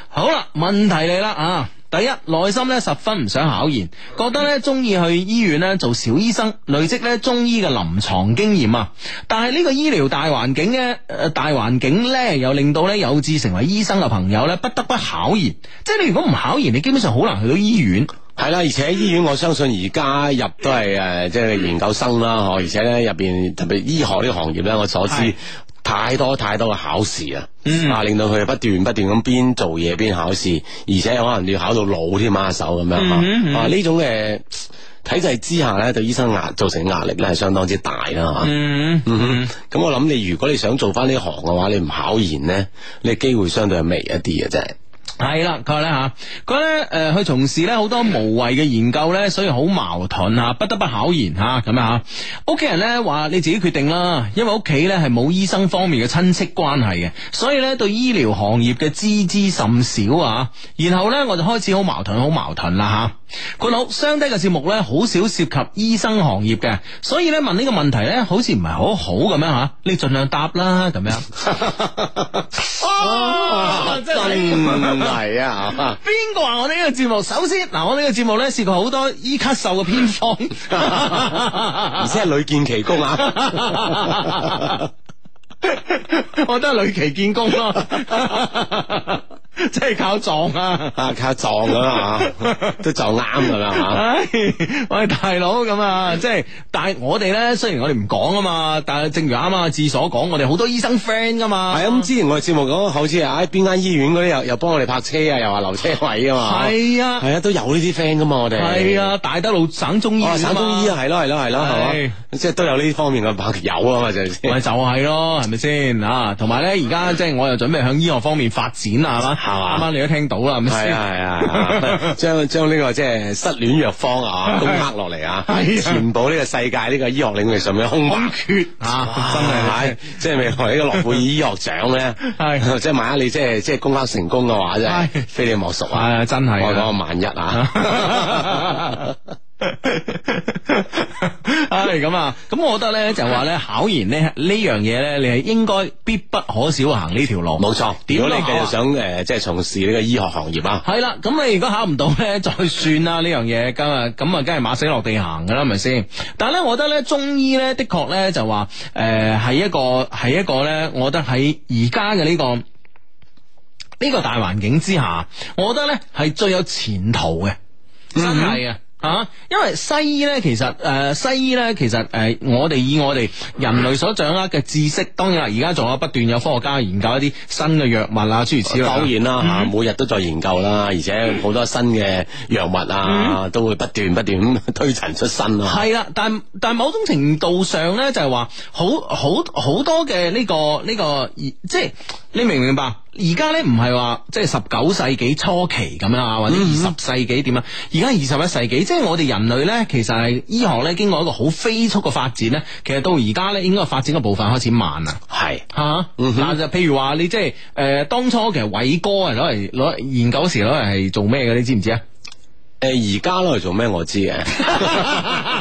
好啦，問題嚟啦啊！第一，內心咧十分唔想考研，覺得咧中意去醫院咧做小醫生，累積咧中醫嘅臨床經驗啊。但係呢個醫療大環境咧，呃大環境咧又令到咧有志成為醫生嘅朋友咧不得不考研。即係你如果唔考研，你基本上好難去到醫院。
係啦，而且醫院我相信而家入都係诶，誒即係研究生啦，嗬，而且咧入边特別醫學呢個行業咧，我所知
係嗯
太多太多嘅考試啊，啊，令到佢不斷不斷咁邊做嘢邊考試，而且可能要考到老添啊手咁樣
嗯
啊，啊呢種嘅體制之下咧，對醫生壓造成壓力咧係相當之大啦吓。
嗯，
嗯哼，咁我諗你如果你想做翻呢行嘅話，你唔考研咧，你機會相對係微一啲嘅真係。
係啦，佢話咧吓，佢話咧诶去從事咧好多無謂嘅研究咧，所以好矛盾啊，不得不考研吓咁啊。屋企人咧話你自己決定啦，因為屋企咧係冇醫生方面嘅親戚關係嘅，所以咧對醫療行業嘅知之甚少啊。然後咧我就開始好矛盾，好矛盾啦吓。佢老相低嘅節目咧好少涉及醫生行業嘅，所以咧問呢個問題咧好似唔係好好咁樣吓，你盡量答啦咁樣。 啊真係
係啊！
边个话我呢个节目？首先，嗱，我呢个节目咧试过好多醫咳嗽嘅偏 方，
而且係屡見其功啊！
我都係女奇見功咯，即係靠撞啊！
啊，靠撞噶 啦吓，都撞啱噶啦啊吓。
唉，喂大佬咁啊，即係但係我哋咧，雖然我哋唔講啊嘛，但係正如啱啱阿志所講，我哋好多醫生 friend 噶嘛，
系啊，咁之前我哋節目講，好似啊，邊間醫院嗰啲又又幫我哋泊車啊，又話留車位啊嘛。
係啊，
係啊，都有呢啲 friend 噶嘛，我哋
係。啊，大德路省中醫院嘛
哦，省中醫啊，係咯係咯係咯，係
係
嘛，即係都有呢方面嘅朋友啊嘛，就係 先。
咪就係咯，係咪先啊？同埋咧，而家即係我又準備向醫學方面發展啊啦，係嘛？
嗯係嘛
啱啱你都聽到啦，係咪
係
先？
啊係 啊，將將呢個即係失戀藥方啊，攻克落嚟啊，
係啊
填補呢個世界呢個醫學領域上面嘅空白。
缺 啊，真係
係，即係未來呢個諾貝爾醫學獎咧，
係
即係萬一你即係即係攻克成功嘅話，真
係
係非你莫屬啊！
係真係啊
我講個萬一啊，
唉，咁啊，咁我覺得咧就話咧考研咧呢樣嘢咧，你係應該必不可少行呢條路。
冇錯。
點都
如果你繼
好啊
續想誒即係從事呢個醫學行業啊，
係啦，咁你如果考唔到咧，再算啦呢樣嘢，咁啊咁啊，梗係馬死落地行噶啦，係咪先？但係咧，我覺得咧，中醫咧，的確咧就話，诶、係一個係一個咧，我覺得喺而家嘅呢個呢、個大環境之下，我覺得咧係最有前途嘅。真係啊！啊，因為西醫咧，其實誒、呃西醫咧，其實誒、呃我哋以我哋人類所掌握嘅知識，當然啦，而家仲有不斷有科學家研究一啲新嘅藥物啊，諸如此類啊。
當然啦嚇，每日都在研究啦，而且
嗯
好多新嘅藥物啊，都會不斷不斷咁 推陳出新啊。
系啦，但但某種程度上咧，就係話好好好多嘅呢、個呢、個，即係你明唔明白？而家咧唔係話即係十九世紀初期咁樣啊，或者二十世紀點啊？而家二十一世紀，即係我哋人類咧，其實係醫學咧經過一個好飛速嘅發展咧，其實到而家咧應該發展嘅步伐開始慢啦。
係
吓，嗱就譬如話你即係誒當初其實偉哥係攞嚟攞嚟研究時攞嚟係做咩嘅？你知唔知啊？
誒而家攞嚟做咩我 知嘅，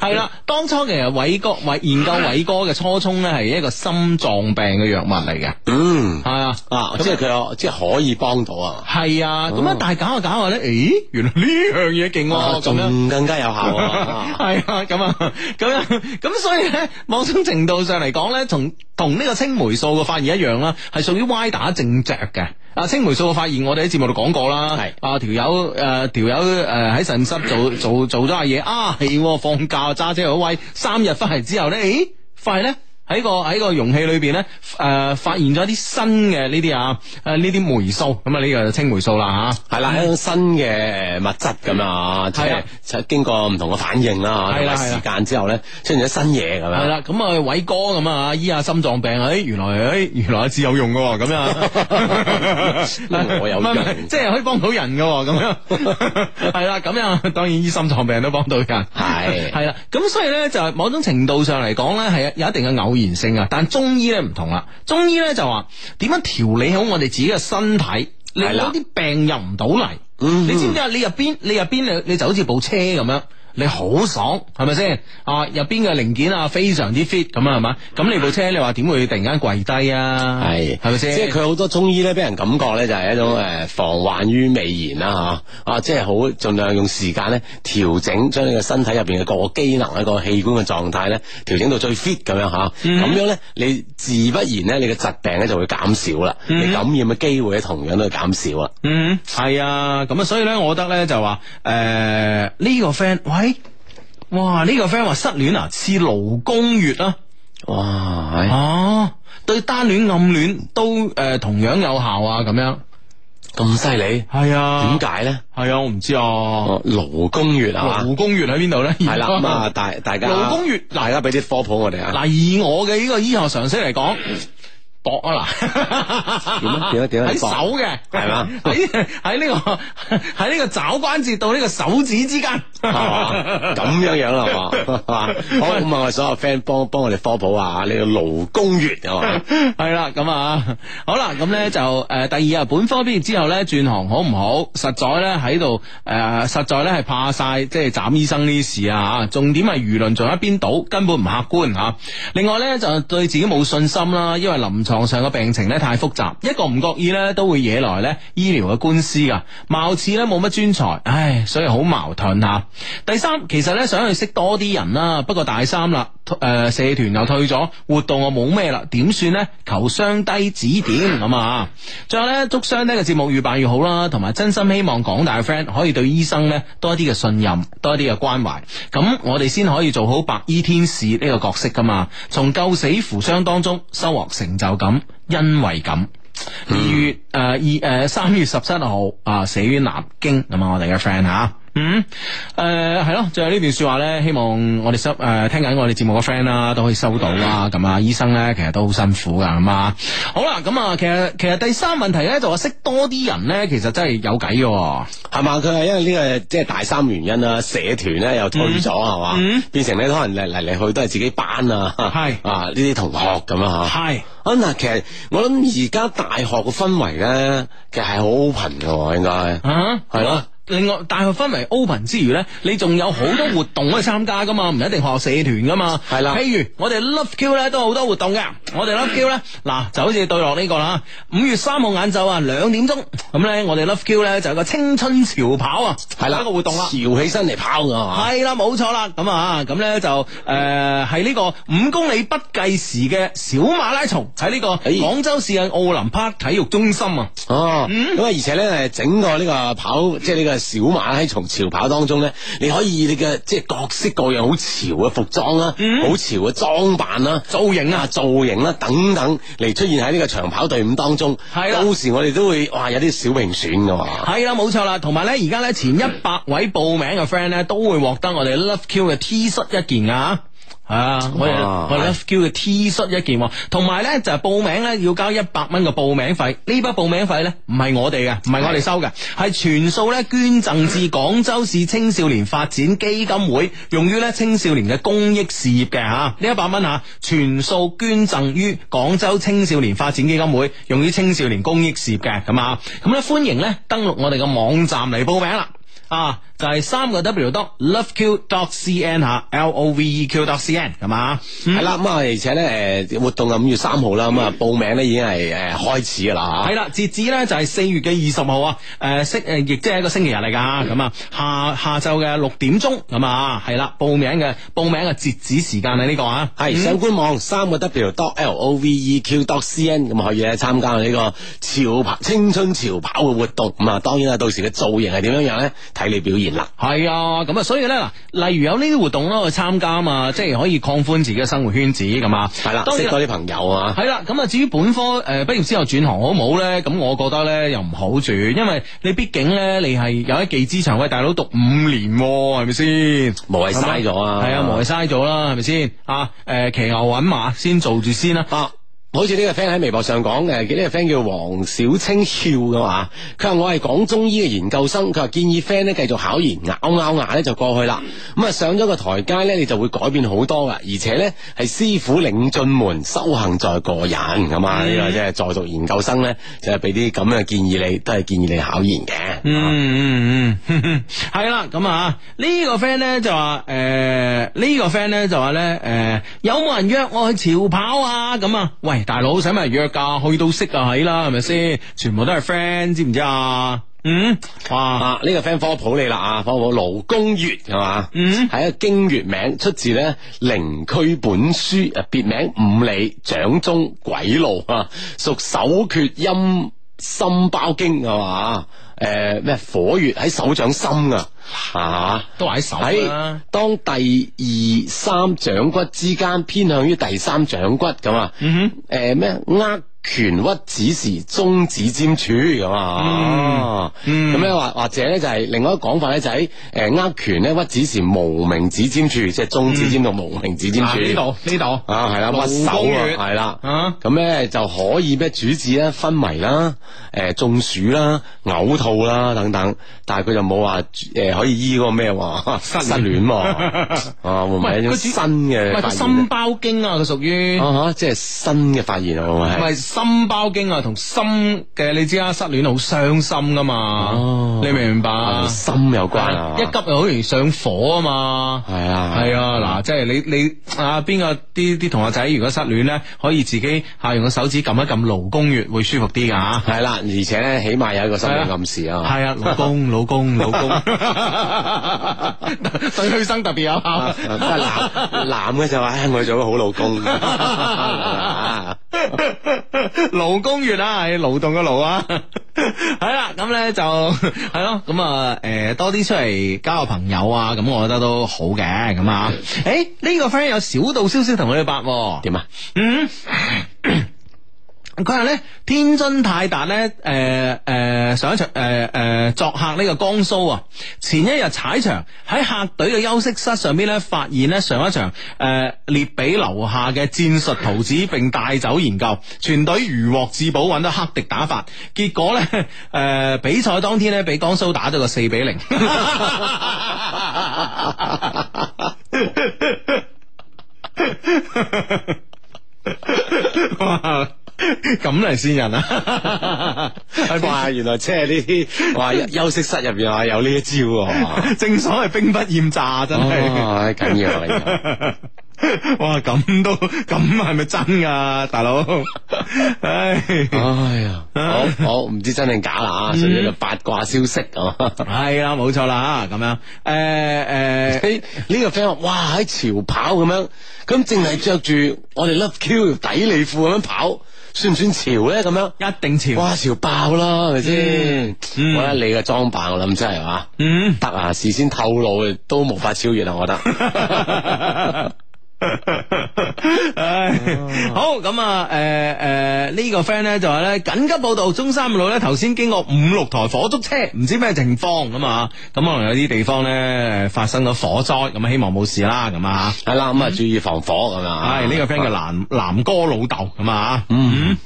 係啦，當初其實偉哥偉研究偉哥嘅初衷咧係一個心臟病嘅藥物嚟嘅，
嗯
係啊。
啊，即係佢有即係可以幫到啊，
係啊，咁啊，但係搞下搞下咧，咦，原來呢樣嘢勁喎，咁樣。
啊仲更加有效啊！
係啊，咁啊，咁樣，咁所以咧，某種程度上嚟講咧，同同呢個青霉素嘅發現一樣啦，係屬於歪打正着嘅。啊，青霉素嘅發現，我哋喺節目度講過啦。
係
啊，條友誒，條友誒喺實驗室做做做咗下嘢啊，係喎放假揸車好威，三日翻嚟之後咧，咦，快咧！喺個喺個容器裏邊咧，誒、呃發現咗一啲新嘅呢啲啊，誒呢啲霉素，咁啊呢個就青霉素啦啊嚇。
係啦，一種新嘅物質咁啊，
嗯
即
係
係
啊
就經過唔同嘅反應啦，
係啦
同埋
係啦
時間之後咧，出現咗新嘢咁
係
樣。
啦，咁啊，偉哥咁啊，醫下心臟病，誒，原來誒，原來阿志有用噶，咁樣，
我有
唔係唔係
用
即係可以幫到人噶，咁樣， 係啦，咁樣，當然醫心臟病都幫到人，
係
係啦，咁所以咧就係某種程度上嚟講咧，係有一定嘅偶然性啊，但中醫咧唔同啦，中醫咧就話點樣調理好我哋自己嘅身體，令到啲病入唔到嚟，
嗯
你知唔知啊？你入邊你入邊你你就好似部車咁樣。你好爽，係咪先？啊，入邊嘅零件啊，非常之 fit 咁啊，係嘛？咁你部車你話點會突然間跪低啊？
係，
係咪先？
即係佢好多中醫咧，俾人感覺咧就係一種誒防患於未然啦吓，啊，即係好盡量用時間咧調整，將呢個身體入邊嘅各個機能、一個器官嘅狀態咧調整到最 fit 咁樣吓，咁、
嗯
樣咧你自不然咧你嘅疾病咧就會減少啦，你感染嘅機會咧同樣都會減少啦。
嗯，係啊，咁啊，所以咧，我覺得咧就話，誒、呢、個 friend，喂，哇，呢、個 friend 話失戀啊，似勞宮月啦、
哇，
啊，
唉
哦，對單戀暗戀都誒、呃同樣有效啊，咁樣，
咁犀利，
係啊
點，解咧？
係啊，我唔知啊，
哦，勞宮穴啊嘛，
勞宮月喺邊度咧？
係啦，咁啊，大大家
哦勞宮穴
大家俾啲科普我哋啊，
嗱，以我嘅呢個醫學常識嚟講，搏啊嗱，
點啊點啊點啊
喺
你搏
手嘅
係嘛
喺喺呢個喺呢個爪關節到呢個手指之間，
係嘛 咁樣樣啦，係嘛， 好咁啊！我哋所有 friend 幫幫我哋科普下呢個勞工月係嘛，
係啦，咁啊，好啦，咁咧就誒、呃第二啊，本科畢業之後咧轉行好唔好？實在咧喺度誒，實在咧係怕晒即係斬醫生呢啲事啊嚇，重點係輿論仲有一邊倒，根本唔客觀嚇、啊另外咧就對自己冇信心啦，因為臨床上嘅病情咧太複雜，一個唔覺意咧都會惹來咧醫療嘅官司噶，貌似咧冇乜專才，唉，所以好矛盾嚇、啊第三，其實咧想去識多啲人啦，不過大三啦，誒、社團又退咗，活動我冇咩啦，點算呢？求雙低指點咁啊！最後咧，祝雙低嘅節目越辦越好啦，同埋真心希望廣大嘅 friend 可以對醫生咧多啲嘅信任，多啲嘅關懷，咁我哋先可以做好白衣天使呢個角色噶嘛，從救死扶傷當中收穫成就感、欣慰感。二月誒二誒三月十七號啊，死於南京咁啊，我哋嘅 friend 吓。嗯，誒係咯，最後呢段說話咧，希望我哋收誒、呃、聽緊我哋節目嘅 friend 啦，都可以收到啦。咁啊，醫生咧其實都好辛苦噶，咁啊，好啦，咁啊，其實其實第三問題咧就話識多啲人咧，其實真係有計嘅喎。
係嘛？佢係因為呢個即係大三原因啦，社團咧又退咗係嘛，變成咧可能嚟嚟嚟去都係自己班啊，
嗯係
啊呢啲同學咁樣吓。
係
啊嗱，其實我諗而家大學嘅氛圍咧，其實係好 open 嘅喎，應該
啊，
係咯。
另外，大學氛圍 open 之餘咧，你仲有好多活動可以參加噶嘛，唔一定學校社團噶嘛。
係啦
譬如我哋 Love Q 咧都好多活動嘅，我哋 Love Q 咧嗱就好似對落呢個啦，五月三號晏晝啊兩點鐘，咁咧我哋 Love Q 咧就有個青春潮跑啊，
係啦
一個活動啦
搖。起身嚟拋㗎係嘛。
係啦，冇錯啦，咁啊，咁咧就誒喺呢個五公里不計時嘅小馬拉松，喺呢個
哎
廣州市嘅奧林匹克體育中心啊，
哦，咁啊，而且咧，誒，整個呢個跑，即係呢個小馬喺從潮跑當中咧，你可以你嘅即係各式各樣好潮嘅服裝啦，
嗯
好潮嘅裝扮啦。
造型啊
啊，，造型啦，等等嚟出現喺呢個長跑隊伍當中，
係啦
到時我哋都會哇有啲小評選噶嘛，
係啦，冇錯啦，同埋咧，而家咧前一百位報名嘅 friend 咧，都會獲得我哋 Love Q 嘅 T 恤一件啊！啊！我哋
哇
我哋 Love Q 嘅 T 恤一件喎，同埋咧就係報名咧要交一百蚊嘅報名費，呢筆報名費咧唔係我哋嘅，唔係我哋收嘅，係全數咧捐贈至廣州市青少年發展基金會，用於咧青少年嘅公益事業嘅吓。呢一百蚊吓，全數捐贈於廣州青少年發展基金會，用於青少年公益事業嘅咁啊。咁咧歡迎咧登錄我哋嘅網站嚟報名啦。啊，就係三個 W dot loveq dot cn 吓，L O V E Q dot cn 係嘛？
系啦，咁啊，而且咧，诶，活動啊，五月三號啦，咁啊，報名咧已經係诶开始噶啦啊
係啦，截止咧就係四月嘅二十號啊，诶星诶亦即係一個星期日嚟㗎，咁啊下下晝嘅六點鐘咁啊，係啦，報名嘅報名嘅截止時間係呢個啊，
吓。係上官網三個 W dot L O V E Q dot C N 咁可以咧參加我哋呢個潮跑青春潮跑嘅活動。咁啊，當然啦，到時嘅造型係點樣樣咧，睇你表現啦。
係啊，咁啊，所以咧嗱，例如有呢啲活動咯去參加啊嘛，即係可以擴寬自己嘅生活圈子咁啊，
係啦，
當然
識多啲朋友啊。
系啦，咁啊至於本科诶畢業之後轉行好唔好咧？咁我覺得咧又唔好轉，因為你畢竟咧你係有一技之長，喂大佬讀五年喎係咪先？
無謂嘥咗啊
係啊，無謂嘥咗啦，係咪先？啊诶，騎牛揾馬先做住先啦。
啊。好似呢個 friend 喺微博上講嘅，呢、個 friend 叫黃小清翹嘅嘛，佢話我係講中醫嘅研究生，佢話建議 friend 咧繼續考研，啊咬咬牙咧就過去啦。咁啊上咗個台階咧，你就會改變好多噶，而且咧係師傅領進門，修行在個人咁啊！呢、個即係在讀研究生咧，就係俾啲咁樣嘅建議你，都係建議你考研嘅。
嗯嗯 嗯，系啦，咁啊，呢個 friend 咧就話诶，呢個 friend 咧就話咧诶，有冇人約我去潮跑啊？咁啊，喂，大佬使乜人約㗎？去到識就係啦，係咪先？全部都係 friend，知唔知啊？嗯，哇，
啊！呢、個 friend 科普你啦啊，科普勞工月係嘛？嗯，係一個經月名，出自咧靈區本書，誒別名五里掌中鬼路啊，屬手厥陰心包經係嘛？誒咩、火穴喺手掌心啊，啊！
都話喺手
喺
啦。
當第二三掌骨之間偏向於第三掌骨咁啊，
嗯
誒咩握拳屈指時中指尖處咁啊，
嗯
咁咧或或者咧就係另外一個講法咧就喺誒握拳咧屈指時無名指尖處，即係中指尖到無名指尖處
嗱呢度呢度
啊，係啦，
勞
屈手
工
啊，
月
係啦
啊，
咁咧就可以咩主治啦、昏迷啦、誒中暑啦、嘔吐啦等等，但係佢就冇話誒可以醫嗰個咩喎失戀喎， 啊會唔會係一種
佢主
新
唔
嘅
係個
發
心
現
包經啊，佢屬於
咧？啊哈即係新嘅發現啊，會唔會
唔
係
係心包經啊，同心嘅你知啦，失戀好傷心噶嘛，
哦
你明唔明白啊？
啊同心有關啊？
一急又好容易上火啊嘛。
係啊，
系啊，嗱，即系你你啊，边个啲啲同學仔如果失戀咧，可以自己吓用個手指撳一撳勞宮穴，會舒服啲噶
係啦，而且咧起碼有一個心理暗示啊。
係啊，老 公，老公，老公， 對女生特別有
啊
效。
真係 男男嘅就話：，唉，我要做個好老公。
勞工月啊，係勞動嘅勞啊，係啦，咁咧就 係咯，咁啊，诶，多啲出嚟交個朋友啊，咁我覺得都好嘅，咁啊，诶，呢個 friend 有小道消息同佢哋發喎。
點啊？
嗯。佢話咧，天津泰達咧，誒、誒、上一場誒誒、呃作客呢個江蘇啊，前一日踩場喺客隊嘅休息室上邊咧，發現咧上一場誒、呃列比留下嘅戰術圖紙並帶走研究，全隊如獲至寶，揾到黑敵打法，結果 咧誒、比賽當天咧俾江蘇打咗個四比零。 哇咁嚟先人啊！
哇！原來即係呢 啲哇，休息室入邊啊有呢一招 喎，
正所謂兵不厭詐，真係。
哇！哦緊要啊！
哇，咁都咁係咪真噶，大佬？唉，
哎呀，好好唔知真定假啦啊！所以呢個八卦消息啊，
係啦，冇錯啦，咁樣。诶诶，
呢呢個 friend 話哇喺潮跑咁樣，咁淨係着住我哋 Love Q 條底裏褲咁樣跑，算唔算潮咧？咁樣
一定潮。
哇潮爆啦，係咪先？我覺得你嘅裝扮，我諗真係話
嗯。
得啊，事先透露都無法超越啊！我覺得
唉，好咁啊！诶诶，呢個 friend 咧就話咧緊急報道，中山路咧頭先經過五六台火燭車，唔知咩情況咁啊！咁可能有啲地方咧發生咗火災，咁啊希望冇事啦咁啊！
系啦，咁啊注意防火咁啊。
係呢個 friend 叫南南哥老豆咁啊！嗯，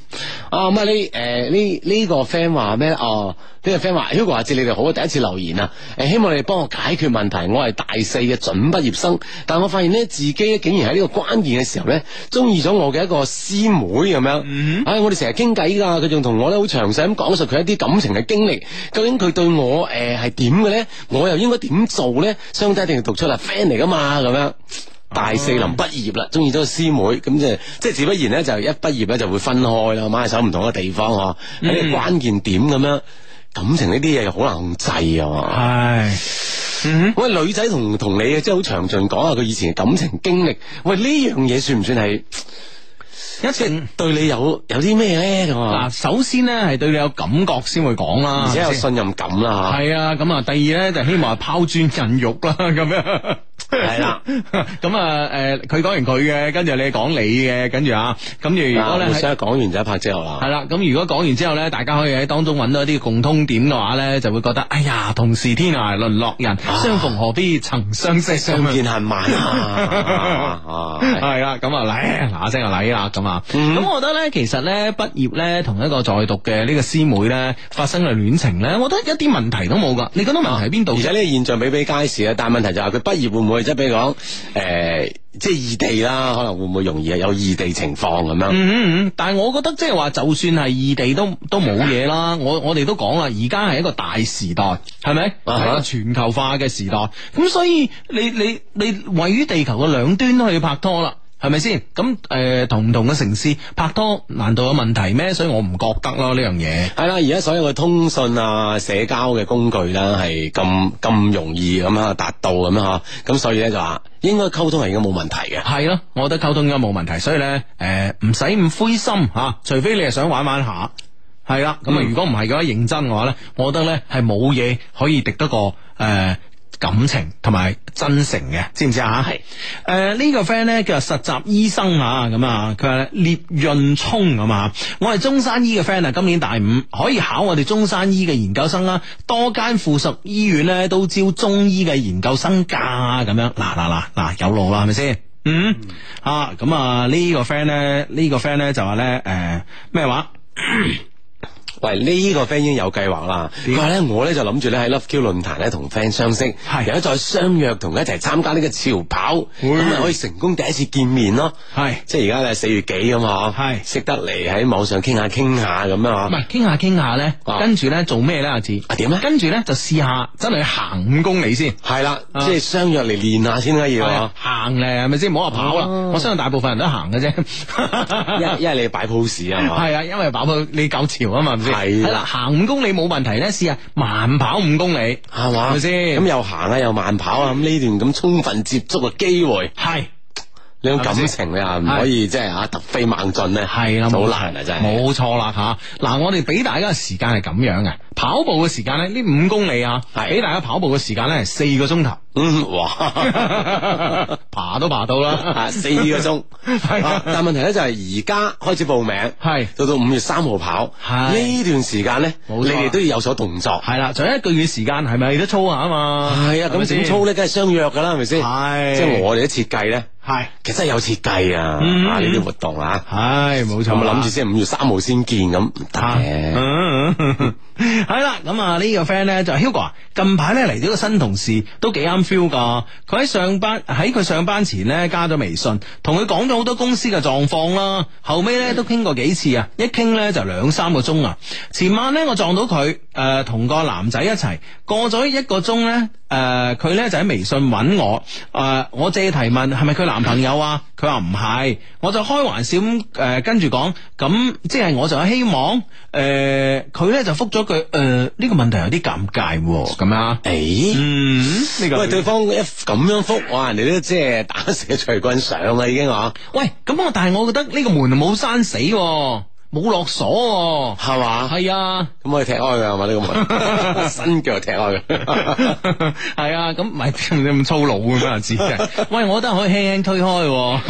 啊咁啊呢诶呢呢個 friend 話咩哦？呢個 friend 話 Hugo 阿志你哋好，第一次留言啊！誒希望你哋幫我解決問題。我係大四嘅準畢業生，但我發現咧自己咧竟然喺呢個關鍵嘅時候咧，中意咗我嘅一個師妹咁樣。
嗯
唉、我哋成日傾偈㗎，佢仲同我咧好詳細咁講述佢一啲感情嘅經歷。究竟佢對我誒係點嘅咧？我又應該點做咧？相低一定要讀出嚟，friend 嚟㗎嘛咁樣。大四臨畢業啦，中意咗個師妹，咁即係即係自不然咧，就一畢業咧就會分開啦，買手唔同嘅地方嗬，
嗯
喺呢個關鍵點咁樣，感情呢啲嘢又好難控制啊
嗯
嘛。
唉，
喂，女仔同同你即係好詳盡講下佢以前嘅感情經歷，喂呢樣嘢算唔算係
一定。
對你有有啲咩咧咁
嗱，
啊？
首先咧係對你有感覺先會講啦，
而且有
係咪先
信任感啦
係啊，咁啊，第二咧就希望係拋磚引玉啦，咁樣。
係啦，
咁啊，诶，佢講完佢嘅，跟住你講你嘅，跟住啊，咁
嚇
如果咧
嗱互相講完就一拍即合
係
啦。
啦，咁如果講完之後咧，大家可以喺當中揾到一啲共通點嘅話咧，就會覺得，哎呀，同是天涯淪落人，
啊
相逢何必曾相識，
相見恨晚 啊！啊係
系啦，咁啊嚟嗱聲就嚟啦，咁啊，咁我覺得咧，其實咧畢業咧同一個在讀嘅呢個師妹咧發生嘅戀情咧，我覺得一啲問題都冇噶。你覺得問題喺邊度
而且
啫？
呢個現象比比皆是啊，但係問題就係佢畢業會唔會即係比如講誒，即係異地啦，可能會唔會容易有異地情況咁樣？
嗯嗯嗯，但係我覺得即係話，就算係異地都都冇嘢啦。我我哋都講啦，而家係一個大時代，係咪？
啊哈
係一個全球化嘅時代，咁所以你你你位於地球嘅兩端都去拍拖啦。係咪先？咁诶、呃同唔同嘅城市拍拖，難道有問題咩？所以我唔覺得咯呢樣嘢。
係啦，而家所有嘅通訊啊、社交嘅工具啦，係咁咁容易咁樣達到咁樣嚇，咁所以咧就話應該溝通係應該冇問題嘅。
系咯，我覺得溝通應該冇問題，所以咧，诶、唔使咁灰心吓、除非你係想玩玩下，係啦，咁啊，如果唔係嘅話，認真嘅話咧，我覺得咧係冇嘢可以敵得過诶、誒感情同埋真誠嘅，知唔知啊？系，诶呢個 friend 咧叫做實習醫生啊，咁啊，佢話聂潤聰咁啊，我係中山醫嘅 friend 啊，今年大五，可以考我哋中山醫嘅研究生啦，多間附屬醫院咧都招中醫嘅研究生㗎，咁樣嗱嗱嗱嗱有路啦，係咪先？嗯啊，咁啊呢個 friend 咧，呢個 friend 咧就話咧，诶咩話？
喂，呢、個 friend 已經有計劃啦。佢話咧，我咧就諗住咧喺 Love Q 論壇咧同 friend 相識，
係
然後再相約同佢一齊參加呢個潮跑，咁咪可以成功第一次見面咯。
係
即係而家咧四月幾咁嗬，
係
識得嚟喺網上傾下傾下咁樣
唔
嗬。
係傾下傾下咧，
啊
跟住咧做咩咧？阿志
啊點咧
跟住咧就試下真係去行五公里先。
係啦，
啊
即係相約嚟練下先啦，要
係
嗬
啊。行咧，係咪先？唔好話跑啦，
哦
我相信大部分人都行嘅啫。
一一係你擺 pose 啊嘛，
係啊，因為跑步你夠潮啊嘛，係咪先？
係啦
係啦，行五公里冇問題咧，試下慢跑五公里，
係嘛，
係咪先
咁又行啊，又慢跑啊，咁呢段咁充分接觸嘅機會，
係。
呢種
係咪先
感情你啊唔可以即係啊突飛猛進咧，
系啦，
就好
冇
難啊真係。
冇錯啦吓。嗱，我哋俾大家嘅時間係咁樣嘅，跑步嘅時間咧，呢五公里啊，
係
俾大家跑步嘅時間咧係四個鐘頭，
嗯， 哇！
爬都爬到啦，
啊，四個 鐘，
係啊
啊但問題咧就係而家開始報名，
係
到到五月三號跑，
係
呢段時間咧，
冇錯
你哋都要有所動作。
係啦，仲有一個月時間係咪都操下啊嘛？
係啊，咁整操咧，梗係相約噶啦，係咪先？
係
即係我哋啲設計咧，
係
其實真係有設計啊，
嗯
啊呢啲活動啊，
係冇
咁
錯啦，
啊諗住先五月三號先見咁，唔得
啊
嘅。
嗯嗯嗯 系啦，咁啊呢個 friend 咧就係 Hugo 啊，近排咧嚟咗個新同事，都幾啱 feel 噶。佢喺上班喺佢上班前咧加咗微信，同佢講咗好多公司嘅狀況啦。後尾咧都傾過幾次啊，一傾咧就兩三個鐘啊。前晚咧我撞到佢，呃诶、同個男仔一齊，過咗一個鐘咧。誒佢咧就喺微信揾我，誒、啊我借提問係咪佢男朋友啊？佢話唔係，我就開玩笑咁誒、跟住講，咁即係我就有希望誒，佢、咧就覆咗句誒呢、個問題有啲尷尬喎，咁啊，
誒。
嗯，呢、個
喂，對方一咁樣覆，哇！人哋都即係打蛇隨棍上啦，已經嗬。啊
喂，咁我但係我覺得呢個門冇閂死喎、冇落鎖
系
喎，
嘛？
係啊。
咁可以踢開㗎係嘛？呢個 門新腳踢 開嘅，
系啊，咁咪 你咁粗魯咁啊？自己，喂，我覺得可以輕輕推開喎，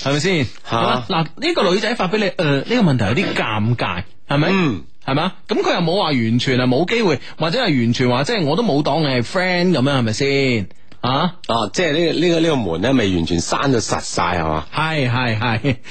係咪先？
嚇
好啦嗱，呢個女仔發俾你，诶，呢個問題有啲尷尬，係咪？
嗯。
係咪啊？咁佢又冇話完全係冇機會，或者係完全話即係我都冇當你係 friend 咁樣，係咪先？啊，
啊，即係呢個呢個呢個門咧，未完全閂到實晒係嘛？
係係係。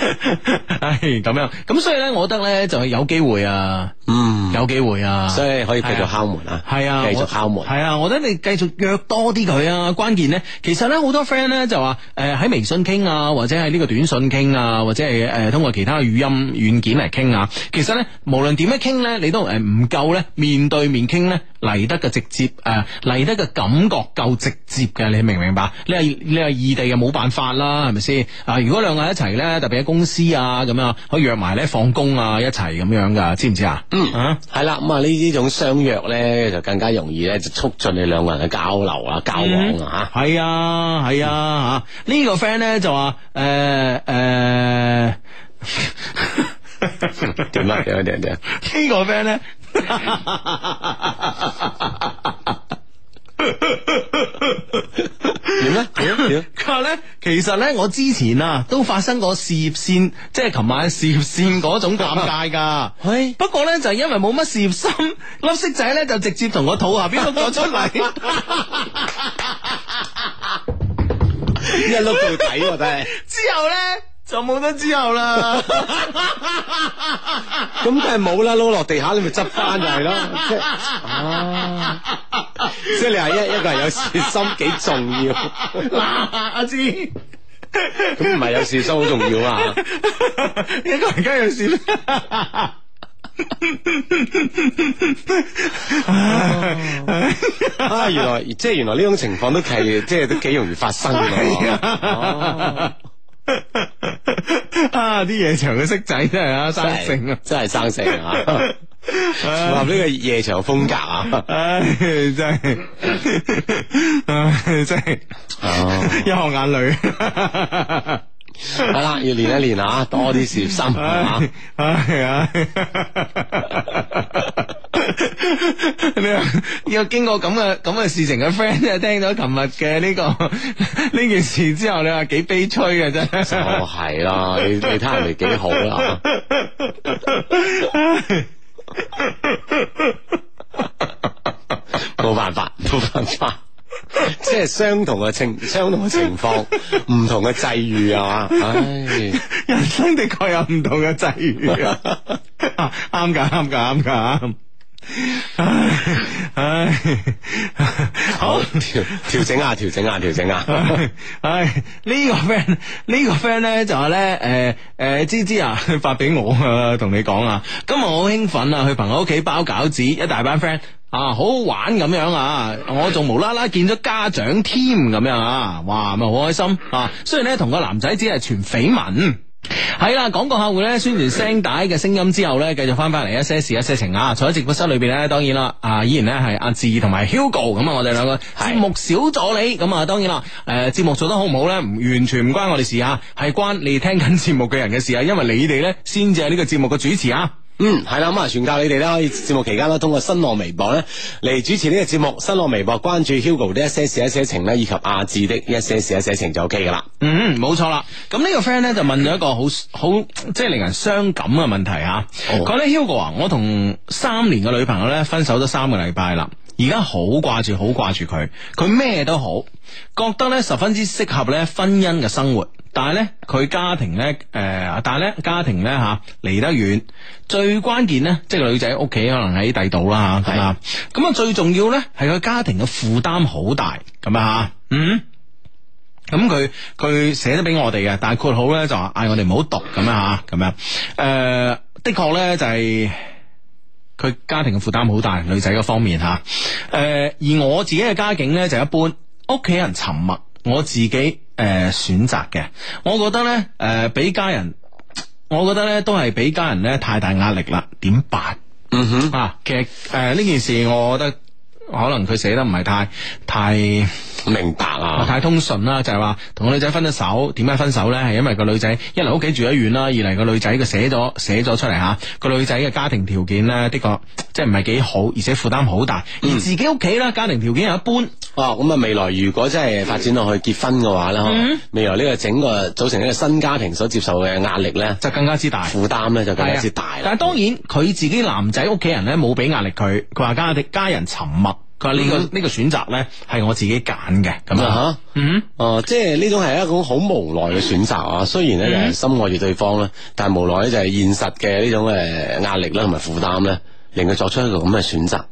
係咁樣，咁所以咧，我覺得咧就係有機會啊，
嗯，
有機會啊，
所以可以繼
係
續
啊
敲門啊，
系啊，
繼續敲門
系。啊，我覺得你繼續約多啲佢啊。關鍵咧，其實咧好多 friend 咧就話诶喺微信傾啊，或者係呢個短信傾啊，或者係诶、呃通過其他語音軟件嚟傾啊。其實咧，無論點樣傾咧，你都诶唔夠咧面對面傾咧嚟得嘅直接诶嚟、得嘅感覺夠直接嘅，你明唔明白？你係你係異地嘅冇辦法啦，係咪先？啊，如果兩個人一齊咧，特別喺公司啊咁樣，可以約埋咧放工啊一齊咁樣噶，知唔知啊？嗯啊。
係啦，咁啊呢呢種相約咧，就更加容易咧，就促進你兩個人嘅交流
嗯
啊、交往啊
系啊，系啊，吓呢、個个 friend 咧就話诶诶，
吓。點啊？點啊？點啊？點啊？
呢個 friend 咧。
點咧？點啊點啊？
佢話咧，其實咧，我之前啊都發生過事業線，即係琴晚事業線嗰種尷尬㗎。
喂
不過咧就係因為冇乜事業心，粒色仔咧就直接同我肚下邊碌咗出嚟。
一碌到底喎，真係。
之後咧就冇得之後啦。
咁梗係冇啦，撈落地下你咪執翻就係咯。即係啊，即係你話一一個人有事心幾重要，
嗱，阿芝。
咁唔係有事心好重要啊。
一個人梗有事啦。
啊，原來即係原來呢種情況 都係即係都幾容易發生嘅。
啊啊！啲夜場嘅色仔真係 啊，生性啊！
真係生性啊！符合呢個夜場風格啊！
唉，真係，唉，真係
哦，
一行眼啊淚。
係啦，要練一練啊，多啲事業心啊！
唉唉唉！ 你話要經過咁嘅咁嘅事情嘅 friend 咧，聽到琴日嘅呢個呢件事之後，你話幾悲催啊！真
就
係。
哦係啦，你你睇人哋幾好啊啦，冇辦法，冇辦法。即係相同嘅情，相同嘅情 況，唔同嘅際遇啊！唉，
人生的確有唔同嘅際遇啊！啊啱噶，啱噶，啱噶，啱。唉唉，
好調調整下，調整下，調整下。
唉，唉呢個 friend 呢個 friend 咧就話咧，诶诶，芝芝啊，發俾我啊，同你講啊，今日我好興奮啊，去朋友屋企包餃子，一大班 friend。啊，好好玩咁樣啊！我仲無啦啦見咗家長添咁樣啊，哇，咪好開心啊！雖然咧同個男仔只係傳緋聞。係啦，廣告客戶咧宣傳聲帶嘅聲音之後咧，繼續翻翻嚟一些事一些情啊！坐喺直播室裏邊咧，當然啦，啊依然咧係阿志同埋 Hugo 咁啊，我哋兩個節目小助理咁啊，當然啦，誒、節目做得好唔好咧，唔完全唔關我哋事啊，係關你哋聽緊節目嘅人嘅事啊，因為你哋咧先至係呢個節目嘅主持啊。
嗯，系啦，咁啊，全靠你哋啦！可以節目期間啦，通過新浪微博咧嚟主持呢個節目。新浪微博關注 Hugo 的一些事一些情咧，以及阿志的一些事一些情就 OK 噶啦。
嗯，冇錯啦。咁呢個 friend 咧就問咗一個好好即係令人傷感嘅問題啊。
哦
佢咧 Hugo 啊，我同三年嘅女朋友咧分手咗三個禮拜啦，而家好掛住，好掛住佢，佢咩都好，覺得咧十分之適合咧婚姻嘅生活。但係咧，佢家庭咧，誒、但係咧，家庭咧嚇離得遠，最關鍵咧，即係個女仔屋企可能喺第度啦嚇，咁啊，咁啊最重要咧係佢家庭嘅負擔好大，咁啊嚇，嗯。咁佢佢寫得俾我哋嘅，但係括號咧就話嗌我哋唔好讀咁樣吓，咁樣誒、呃的確咧就係、佢家庭嘅負擔好大，女仔嗰方面吓，誒、而我自己嘅家境咧就一般，屋企人沉默，我自己誒、呃、選擇嘅，我覺得咧誒、呃、俾家人，我覺得咧都係俾家人咧太大壓力啦，點辦？
嗯哼，
啊，其實誒呢、件事，我覺得可能佢寫得唔係太太
明白啊。
太通順啦，就係話同個女仔分咗手，點解分手咧？係因為個女仔一嚟屋企住得遠啦，二嚟個女仔佢寫咗寫咗出嚟吓，個女仔嘅家庭條件咧，的確即係唔係幾好，而且負擔好大，而
嗯
自己屋企咧家庭條件又一般，
哦，咁啊，未來如果真係發展落去結婚嘅話咧，未來呢個整個組成一個新家庭所接受嘅壓力咧，
就更加之大。
負擔咧就更加之
係
大
啊
啦。
但係當然佢自己男仔屋企人咧冇俾壓力佢，佢話家家人沉默，佢話呢個呢個選擇咧係我自己揀嘅咁
咁嗯啊
啊。
吓，嗯，哦，即係呢種係一種好無奈嘅選擇啊。雖
嗯
然咧就係深愛住對方咧，但係無奈咧就係現實嘅呢種誒壓力啦，同埋負擔咧，令佢作出一個咁嘅選擇。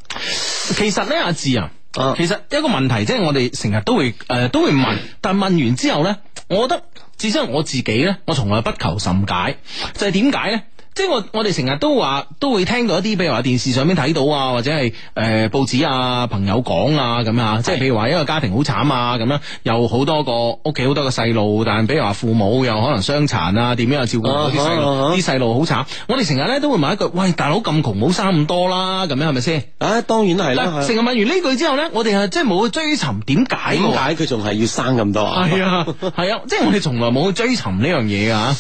其實咧，阿志啊
啊，
其實一個問題，即係我哋成日都會誒、呃都會問，但係問完之後咧，我覺得至少係我自己咧，我從來不求甚解，就係點解咧？即係我我哋成日都話都會聽到一啲，譬如話電視上面睇到啊，或者係誒、呃、報紙啊、朋友講啊咁啊，即係譬如話一個家庭好慘啊咁樣，有好多個屋企好多個細路，但係譬如話父母又可能傷殘啊，點樣又照顧唔到啲細
啊啊啊
路，啲細路好慘。我哋成日咧都會問一句：喂，大佬咁窮，冇生咁多啦，咁樣係咪先？
啊，當然係啦
嗱，。成日問完呢句之後咧，我哋係真係冇去追尋點解
點
喎。
解佢仲係要生咁多啊？
係 啊，係啊，即係我哋從來冇去追尋呢樣嘢噶。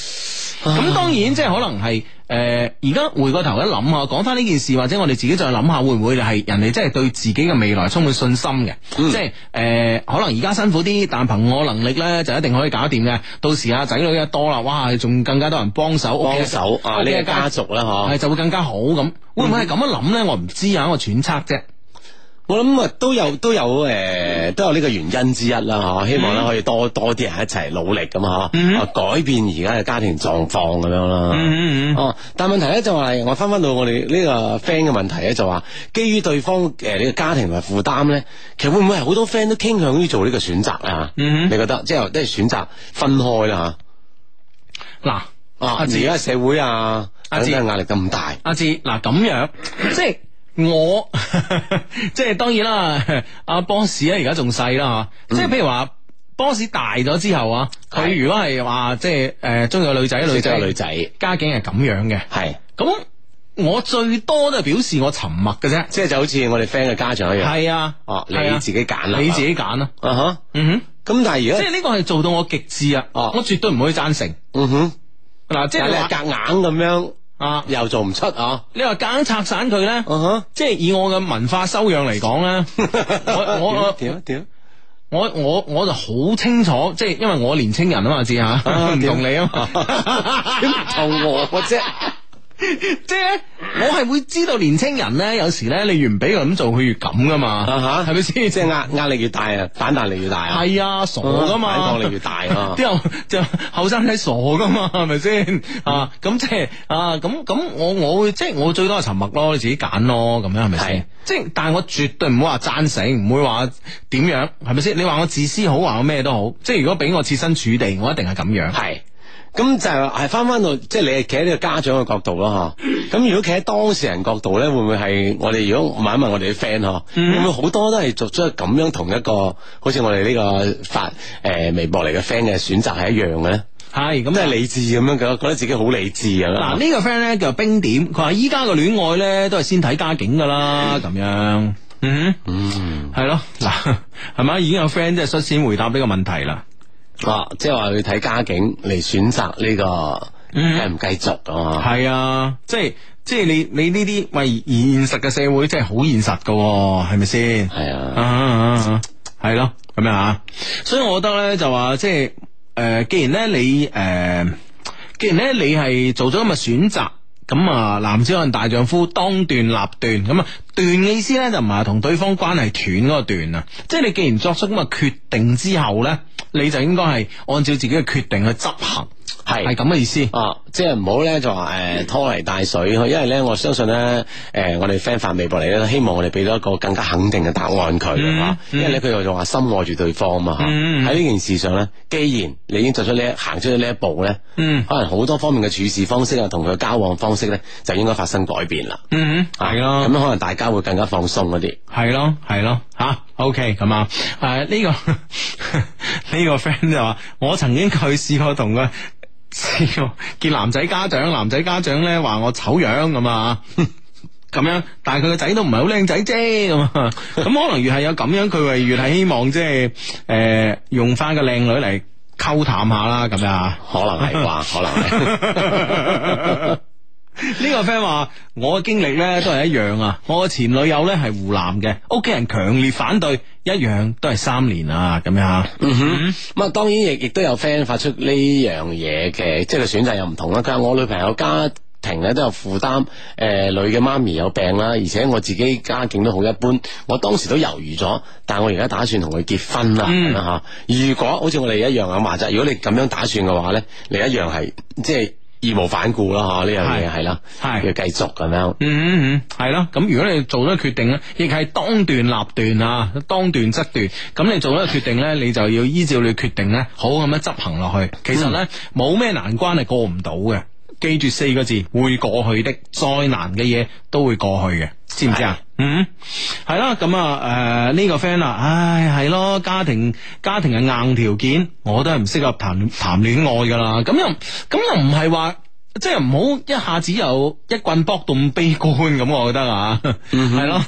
咁當然即係可能係誒，而家回過頭一諗啊，講翻呢件事，或者我哋自己再諗下，會唔會係人哋真係對自己嘅未來充滿信心嘅？
嗯
即係誒、呃可能而家辛苦啲，但憑我能力咧，就一定可以搞掂嘅。到時啊，仔女一多啦，哇，仲更加多人幫手，屋企
幫手啊，
屋企
呢
嘅
個家嗯族啦，嗬。
係就會啊更加好咁。會唔會係咁樣諗咧？我唔知啊，我揣測啫。
我諗啊，都有都有誒、呃都有呢個原因之一啦，吓，希
嗯
望咧可以多多啲人一齊努力咁吓，啊改變而家嘅家庭狀況咁樣啦。
嗯
哦，但問題咧就話係我翻翻到我哋呢個 friend 嘅問題咧，就話基於對方呃誒呢個家庭同埋負擔咧，其實會唔會係好多 friend 都傾向於做呢個選擇啊？
嗯
你覺得即係都係選擇分開啦
嗱，
吓？啊，
阿
而
志
家社會啊，
阿
等
志
等壓力咁大，
阿志，嗱咁樣，即係我， 即係當然啦。阿 boss 啊咧而家仲細啦吓，即係譬如話 boss 大咗之後啊，佢
嗯係
如果係話即係誒中意個女仔，女
即
仔
係女仔
家境係咁樣嘅，
係，
咁我最多都係表示我沉默嘅啫。
即係就好似我哋 friend 嘅家長一樣。
係啊，
哦，你
係啊
自己揀啦，
你自己揀啦。
啊哈。
嗯
咁但係
哼，
而
即
家，
係呢個係做到我極致啊！
哦
我絕對唔會贊成。
嗯哼，
嗱，即係
但係
你
你
話
係夾硬咁樣，
啊，
又做唔出啊，
你話夾硬拆散佢咧，
嗯哼，
即係以我嘅文化修養嚟講 咧，我我我
點啊點啊
我我我就好清楚，即係因為我年青人啊嘛，知 吓，唔同你啊嘛，
點唔同我啫？
即係咧我係會知道年青人咧，有時咧你越唔俾佢咁做，佢越咁噶嘛，
啊哈
係咪先？
即係壓壓力越大啊，反彈力越大啊，
係啊，傻噶嘛，
反抗力越大 啊
啲後就後生仔傻噶嘛，係咪先啊？咁即係啊，咁咁我我會即係我最多係沉默咯，你自己揀咯，咁樣係咪
係
先？即係但係我絕對唔會話贊成，唔會話點樣，係咪先？你話我自私好，話我咩都好，即係如果俾我設身處地，我一定係咁樣。
係。咁就係係翻翻到，即係你係企喺呢個家長嘅角度咯，嗬。咁如果企喺當事人角度咧，會唔會係我哋如果問一問我哋啲 friend 嗬，
嗯
會唔會好多都係做出咁樣同一個，好似我哋呢個發誒、呃微博嚟嘅 friend 嘅選擇係一樣嘅咧？
係咁
咁即係
你。
理智咁樣，覺覺得自己好理智咁樣。
嗱呢個 friend 咧叫冰點，佢話依家嘅戀愛咧都係先睇家境噶啦，咁樣，嗯，
嗯，
係咯，嗱，係咪已經有 friend 即係率先回答呢個問題啦？
啊，即係話要睇家境嚟選擇呢、個
嗯
繼唔繼續啊嘛。
係啊，即係即係你你呢啲喂現實嘅社會真係好現實噶、係咪先？
係
啊
啊，
啊啊係咯，咁樣啊，所以我覺得咧就話即係誒、呃既然咧你誒、呃既然咧你係做咗咁嘅選擇。咁啊，男子漢大丈夫當斷立斷，咁啊斷嘅意思咧就唔係同對方關係斷嗰個斷啊，即係你既然作出咁嘅決定之後咧，你就應該係按照自己嘅決定去執行，係
係
咁嘅意思。
啊，即係唔好咧就話誒拖泥帶水，因為咧我相信咧誒、我哋 friend 發微博嚟咧，希望我哋俾到一個更加肯定嘅答案佢
嗯
啊，因為咧佢又就話深愛住對方嘛嚇。啊
嗯嗯
喺呢件事上咧，既然你已經作出呢一行出呢一步咧，
嗯
可能好多方面嘅處事方式啊，同佢嘅交往方式咧，就應該發生改變啦。啊
嗯，係咯
咁樣可能大家會更加放鬆一啲。
係咯，係咯，吓、o k 咁啊，誒、呢、個呢個 friend 就話，我曾經佢試過同 佢試過見男仔家長，男仔家長咧話我醜樣咁啊， 咁樣，但係佢個仔都唔係好靚仔啫，咁啊咁可能越係有咁樣，佢會越係希望即係诶用翻個靚女嚟溝淡下啦，咁樣啊。
可能係 啩，可能係。
呢個 friend 話：我嘅經歷咧都係一樣啊！ 我嘅前女友咧係湖南嘅，屋企人強烈反對，一樣都係三年啊咁樣啊。
咁啊，當然亦亦都有 friend 發出呢樣嘢嘅，即係佢選擇又唔同啦。佢話啊我女朋友家庭咧都有負擔，誒、女嘅媽咪有病啦，而且我自己家境都好一般，我當時都猶豫咗，但我而家打算同佢結婚啦
嗯
咁樣嚇。如果好似我哋一樣啊，話齋，如果你咁樣打算嘅話咧，你一樣係即係義無反顧啦啊嚇，呢樣嘢
係
係啦，
係
要繼續咁樣。
嗯嗯嗯，係咯。咁如果你做咗個決定咧，亦係當斷立斷啊，當斷則斷。咁你做咗個決定咧，你就要依照你決定咧，好咁樣執行落去。其實咧，冇咩難關係過唔到嘅。記住四個字，會過去的，再難嘅嘢都會過去嘅，知唔知啊？嗯，係啦，咁啊，诶、呢、個 friend 啊，唉，係咯，家庭家庭嘅硬條件，我都係唔適合談談戀愛噶啦，咁又咁又唔係話。即係唔好一下子又一棍搏到咁悲觀咁，我覺得啊，
嗯
係咯、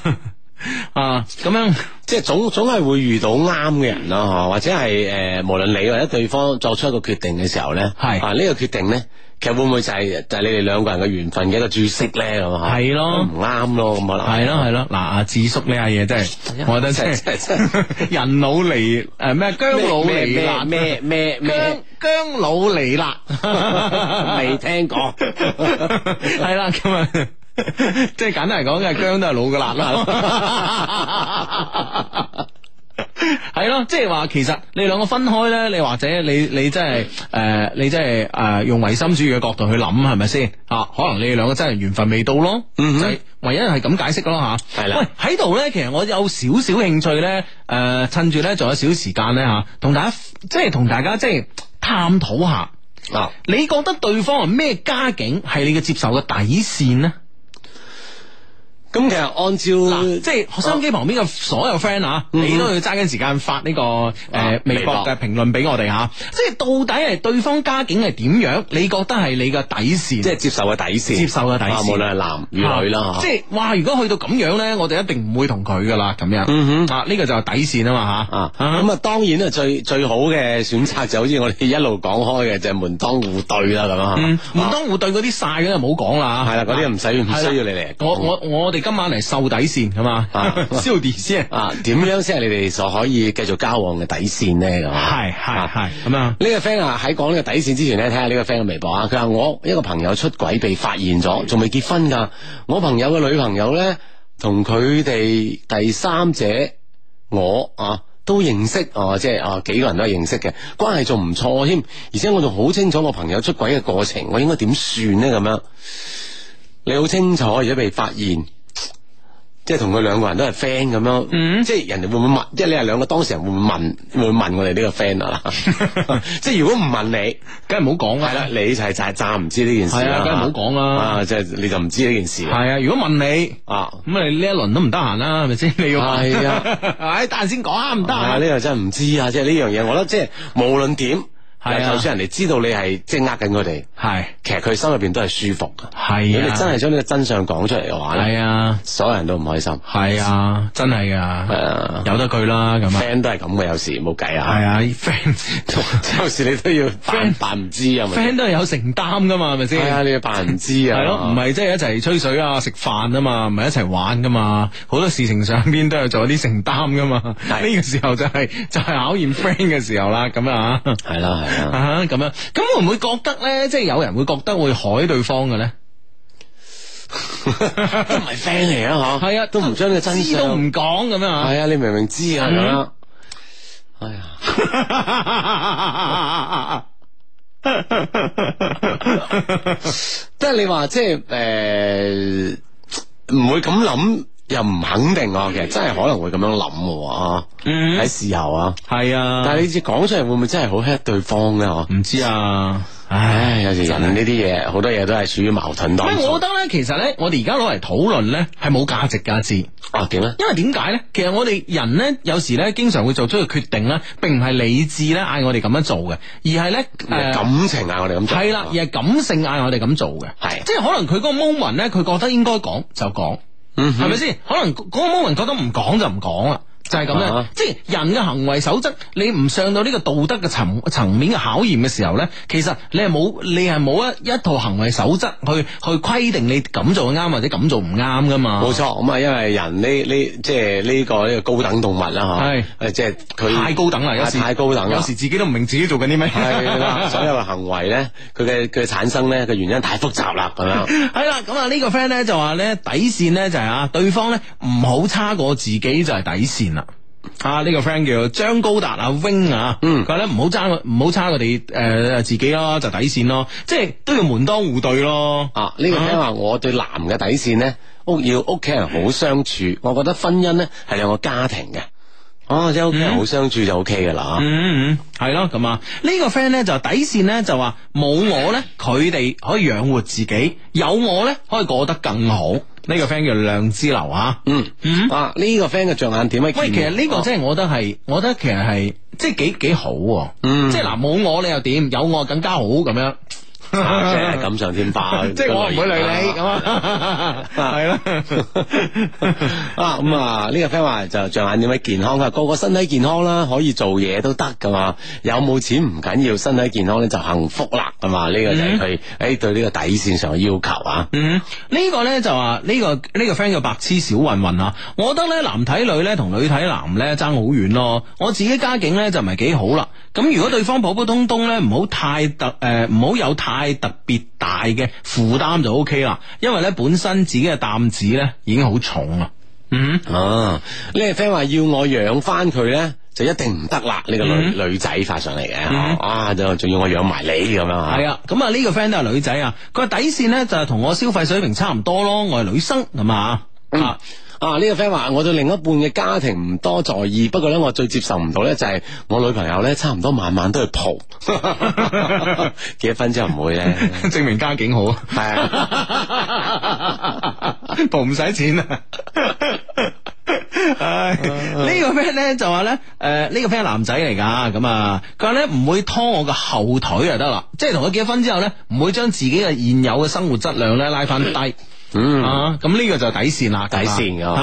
啊咁樣
即係總總係會遇到啱嘅人啦，
嗯
吓或者係诶、呃，无论你或者對方作出一個決定嘅時候咧，
係
啊呢、個決定咧，其實會唔會就係就係你哋兩個人嘅緣分嘅一個注釋咧咁吓？
係咯
唔啱咯咁啊可
係
能
咯係咯，嗱阿智叔呢下嘢真係，我覺得真
哎真係真
係 人老嚟誒咩姜老
咩
嚟辣
咩咩咩
姜
咩
姜老嚟辣，
未聽過，
係啦咁啊， 即係簡單嚟講嘅姜都係老嘅辣 啦。系咯，即系话其实你两个分开咧，你或者你你真系诶、呃你真系诶、呃用唯心主义嘅角度去谂，系咪先啊？可能你哋两个真系缘分未到咯，
嗯哼
就係唯一系咁解释咯吓。
係啦
喂喺度咧，其实我有少少兴趣咧，诶、趁住咧仲有少时间咧吓，同大家即系同大家即系探讨下，
啊
你觉得对方系咩家境系你嘅接受嘅底线呢？
咁其實按照
嗱，即係收音機旁邊嘅所有 friend 啊，你都要揸緊時間發呢個誒
嗯啊
微博
微博
嘅評論俾我哋嚇。即係到底係對方家境係點樣？你覺得係你嘅底線？
即係接受嘅底線，
接受嘅底線
啊無論係男與女啦
啊
吓
即。係哇！如果去到咁樣咧，我哋一定唔會同佢噶啦，咁樣。嗯哼，啊呢個就係底線啊嘛嚇。
啊，咁啊，當然啊，最最好嘅選擇就好似我哋一路講開嘅，就係門當戶對啦，咁樣
嗯，
嚇
門當戶對嗰啲晒嗰啲就唔好講啦，
係啦嗰啲唔使唔
係啦
需要你嚟講
我我我哋今晚嚟秀底線係嘛
啊，
燒底線，
啊，點樣先係你哋所可以繼續交往嘅底線呢？咁啊
係係
啊
係咁啊，
呢個 friend 啊，喺講呢個底線之前呢，睇下呢個 friend 嘅微博啊。佢話我一個朋友出軌被發現咗，仲未結婚㗎。我朋友嘅女朋友呢，同佢哋第三者我啊都認識啊，即係啊幾個人都係認識嘅，關係仲唔錯添。而且我仲好清楚我朋友出軌嘅過程，我應該點算呢？咁樣你好清楚，而家被發現。即係同佢兩個人都係 friend 咁樣，
嗯
即係人哋會唔會問？即係你係兩個當事人會唔會問？會唔會問我哋呢個 friend 啊？ 即係如果唔問你，
梗係唔好講啦
係。啦，你就係就係暫唔知呢件事
係啊
啦，
梗係唔好講啦
啊，即係你就唔知呢件事啦，
係啊，如果問你。
啊。
咁你呢一輪都唔得閒啦，係咪先？你要問
係啊，
唉，但先講啊，唔得
啊！
閒
呢個真係唔知啊，即係呢樣嘢，我覺得即係無論點，
係啊
就算人哋知道你係即係呃緊佢哋，
係
其實佢心入邊都係舒服噶。
係
如
啊，
果你真係將呢個真相講出嚟嘅話咧，
係啊，
所有人都唔開心。
係啊，真係
係
噶，
啊
由得佢啦，咁啊，
，friend 都係咁嘅，有時冇計啊。
係啊，friend
有時你都要扮
Friend-
扮唔知啊，咪
friend 都係有承擔噶嘛，係咪
係啊，
先？
你要扮唔知啊，
係咯，唔係即係一齊吹水啊、食飯啊嘛，唔係一齊玩噶嘛，好多事情上邊都有做一啲承擔噶嘛。
係
呢個時候就係就係考驗 friend 嘅時候啦，咁啊，
係啦係啦，
啊咁樣，咁會唔會覺得咧？即係有人會覺得會害對方嘅咧？
都唔係 friend 嚟啊嗬，
系啊，
都唔將個真
知都
相，
唔讲咁啊。
係啊，你明明知啊
嗯
咁樣，哎呀，即係你話即係誒唔會咁諗，又唔肯定啊，其實真係可能會咁樣諗嘅啊
嗯
喎，喺事後啊，
系啊，
但係你至講出嚟會唔會真係好 hurt 對方咧嗬？
唔知啊，唉。
唉，有時人呢啲嘢好多嘢都係處於矛盾
唔
當
係，我
中
覺得咧，其實咧，我哋而家攞嚟討論咧，係冇價值價值。
啊，點咧？
因為點解咧？其實我哋人咧，有時咧，經常會做出嘅決定咧，並唔係理智咧嗌我哋咁樣做嘅，而呃係咧誒
感情啊，我哋咁做
係啦，而係感性嗌我哋咁做嘅。
係
即係可能佢嗰個 moment 咧，佢覺得應該講就講，
嗯
係咪先？可能嗰個 moment 覺得唔講就唔講啦。就係咁樣
啊，
即係人嘅行為守則，你唔上到呢個道德嘅層層面嘅考驗嘅時候呢，其實你係冇，你係冇一一套行為守則去去規定你咁做啱或者咁做唔啱噶嘛。
冇錯，咁啊，因為人呢呢即係呢個呢個高等動物啦，
係
嗬，誒即係佢啊
太高等啦，有時
太高等啦，
有時自己都唔明自己做緊啲咩。
係啦，所有嘅行為咧，佢嘅佢嘅產生咧，個原因太複雜啦，咁 樣。
係啦，咁啊呢個 friend 咧就話咧底線咧就係啊對方咧唔好差過自己就係底線啦。啊！呢、個 friend 叫張高達啊 wing 啊，
嗯
佢話咧唔好差唔好差佢哋誒自己咯，就底線咯，即係都要門當戶對咯。
啊，呢個聽話我對男嘅底線咧，屋要屋企人好相處，我覺得婚姻咧係兩個家庭嘅。哦，即係屋企
嗯
人好相處就 O K 噶啦，啊
嗯嗯，係咯咁啊！呢、個 friend 咧就底線咧就話冇我咧，佢哋可以養活自己；有我咧，可以過得更好。呢、個 friend 叫梁之流啊。
嗯，啊呢個 friend 嘅着眼點咧，
喂，其實呢
哦
個真係我覺得係，我覺得其實係即係幾幾好喎、
嗯
即係嗱冇我你又點，有我更加好咁樣。
啊真係錦上添花
，即係我唔會累你咁
啊。
啊，係啦。
啊咁啊，呢個 friend 話就着眼點喺健康，佢話個個身體健康啦，可以做嘢都得噶嘛，有冇錢唔緊要，身體健康咧就幸福啦，咁啊呢個就係佢誒對呢個底線上嘅要求啊。
嗯，呢個咧就話呢個呢個 friend 叫白痴小混混啊，我覺得咧男睇女咧同女睇男咧爭好遠咯，我自己家境咧就唔係幾好啦。咁如果對方普普通通咧，唔好太特誒，唔好有太特別大嘅負擔就 O K 啦，因為咧本身自己嘅擔子咧已經好重啦。嗯，
啊，呢個 friend 話要我養翻佢咧，就一定唔得啦。呢個女女仔發上嚟嘅，啊就仲要我養埋你咁樣啊
係。啊，咁啊呢個 friend 都係女仔啊，佢話底線咧就係同我消費水平差唔多咯，我係女生咁啊。啊
啊！呢、個 friend 話我對另一半嘅家庭唔多在意，不過咧我最接受唔到咧就係我女朋友咧差唔多晚晚都係蒲， 結咗婚之後唔會咧，
證明家境好。
係啊，
蒲唔使錢啊！
啊
唉，呢個 friend 咧就話咧，誒、呢、個 friend 男仔嚟噶，咁啊，佢話咧唔會拖我個後腿就得啦，即係同佢結咗婚之後咧，唔會將自己嘅現有嘅生活質量咧拉翻低。
嗯
啊，咁呢個就底線啦，
底線哦噶，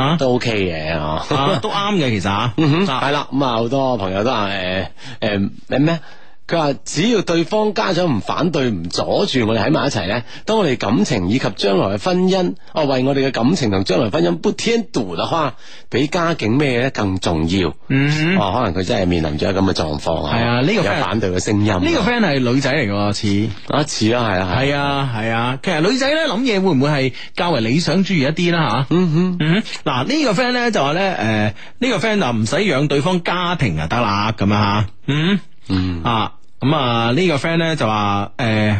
啊啊
都 OK 嘅啊。
啊都啱嘅，其實啊，
嗯
啊
哼，系啦，咁啊好多朋友都話誒誒咩咩，佢話只要對方家長唔反對、唔阻住我哋喺埋一齊咧，當我哋感情以及將來嘅婚姻，啊為我哋嘅感情同將來婚姻不添堵嘅話，比家境咩咧更重要。
嗯
哦，可能佢真係面臨咗咁嘅狀況啊。
係啊呢個
有
friend-
反對嘅聲音啊。
呢個 friend 係女仔嚟噶，似。
啊似啊，係啊，係啊。
係啊，係啊，其實女仔咧諗嘢會唔會係較為理想主義一啲啦吓？嗯哼，嗯，嗱呢個 friend 咧就話咧，誒、呢、個 friend 就唔使養對方家庭就得啦，咁啊吓，嗯
嗯，
啊，咁啊呢個 friend 咧就話誒。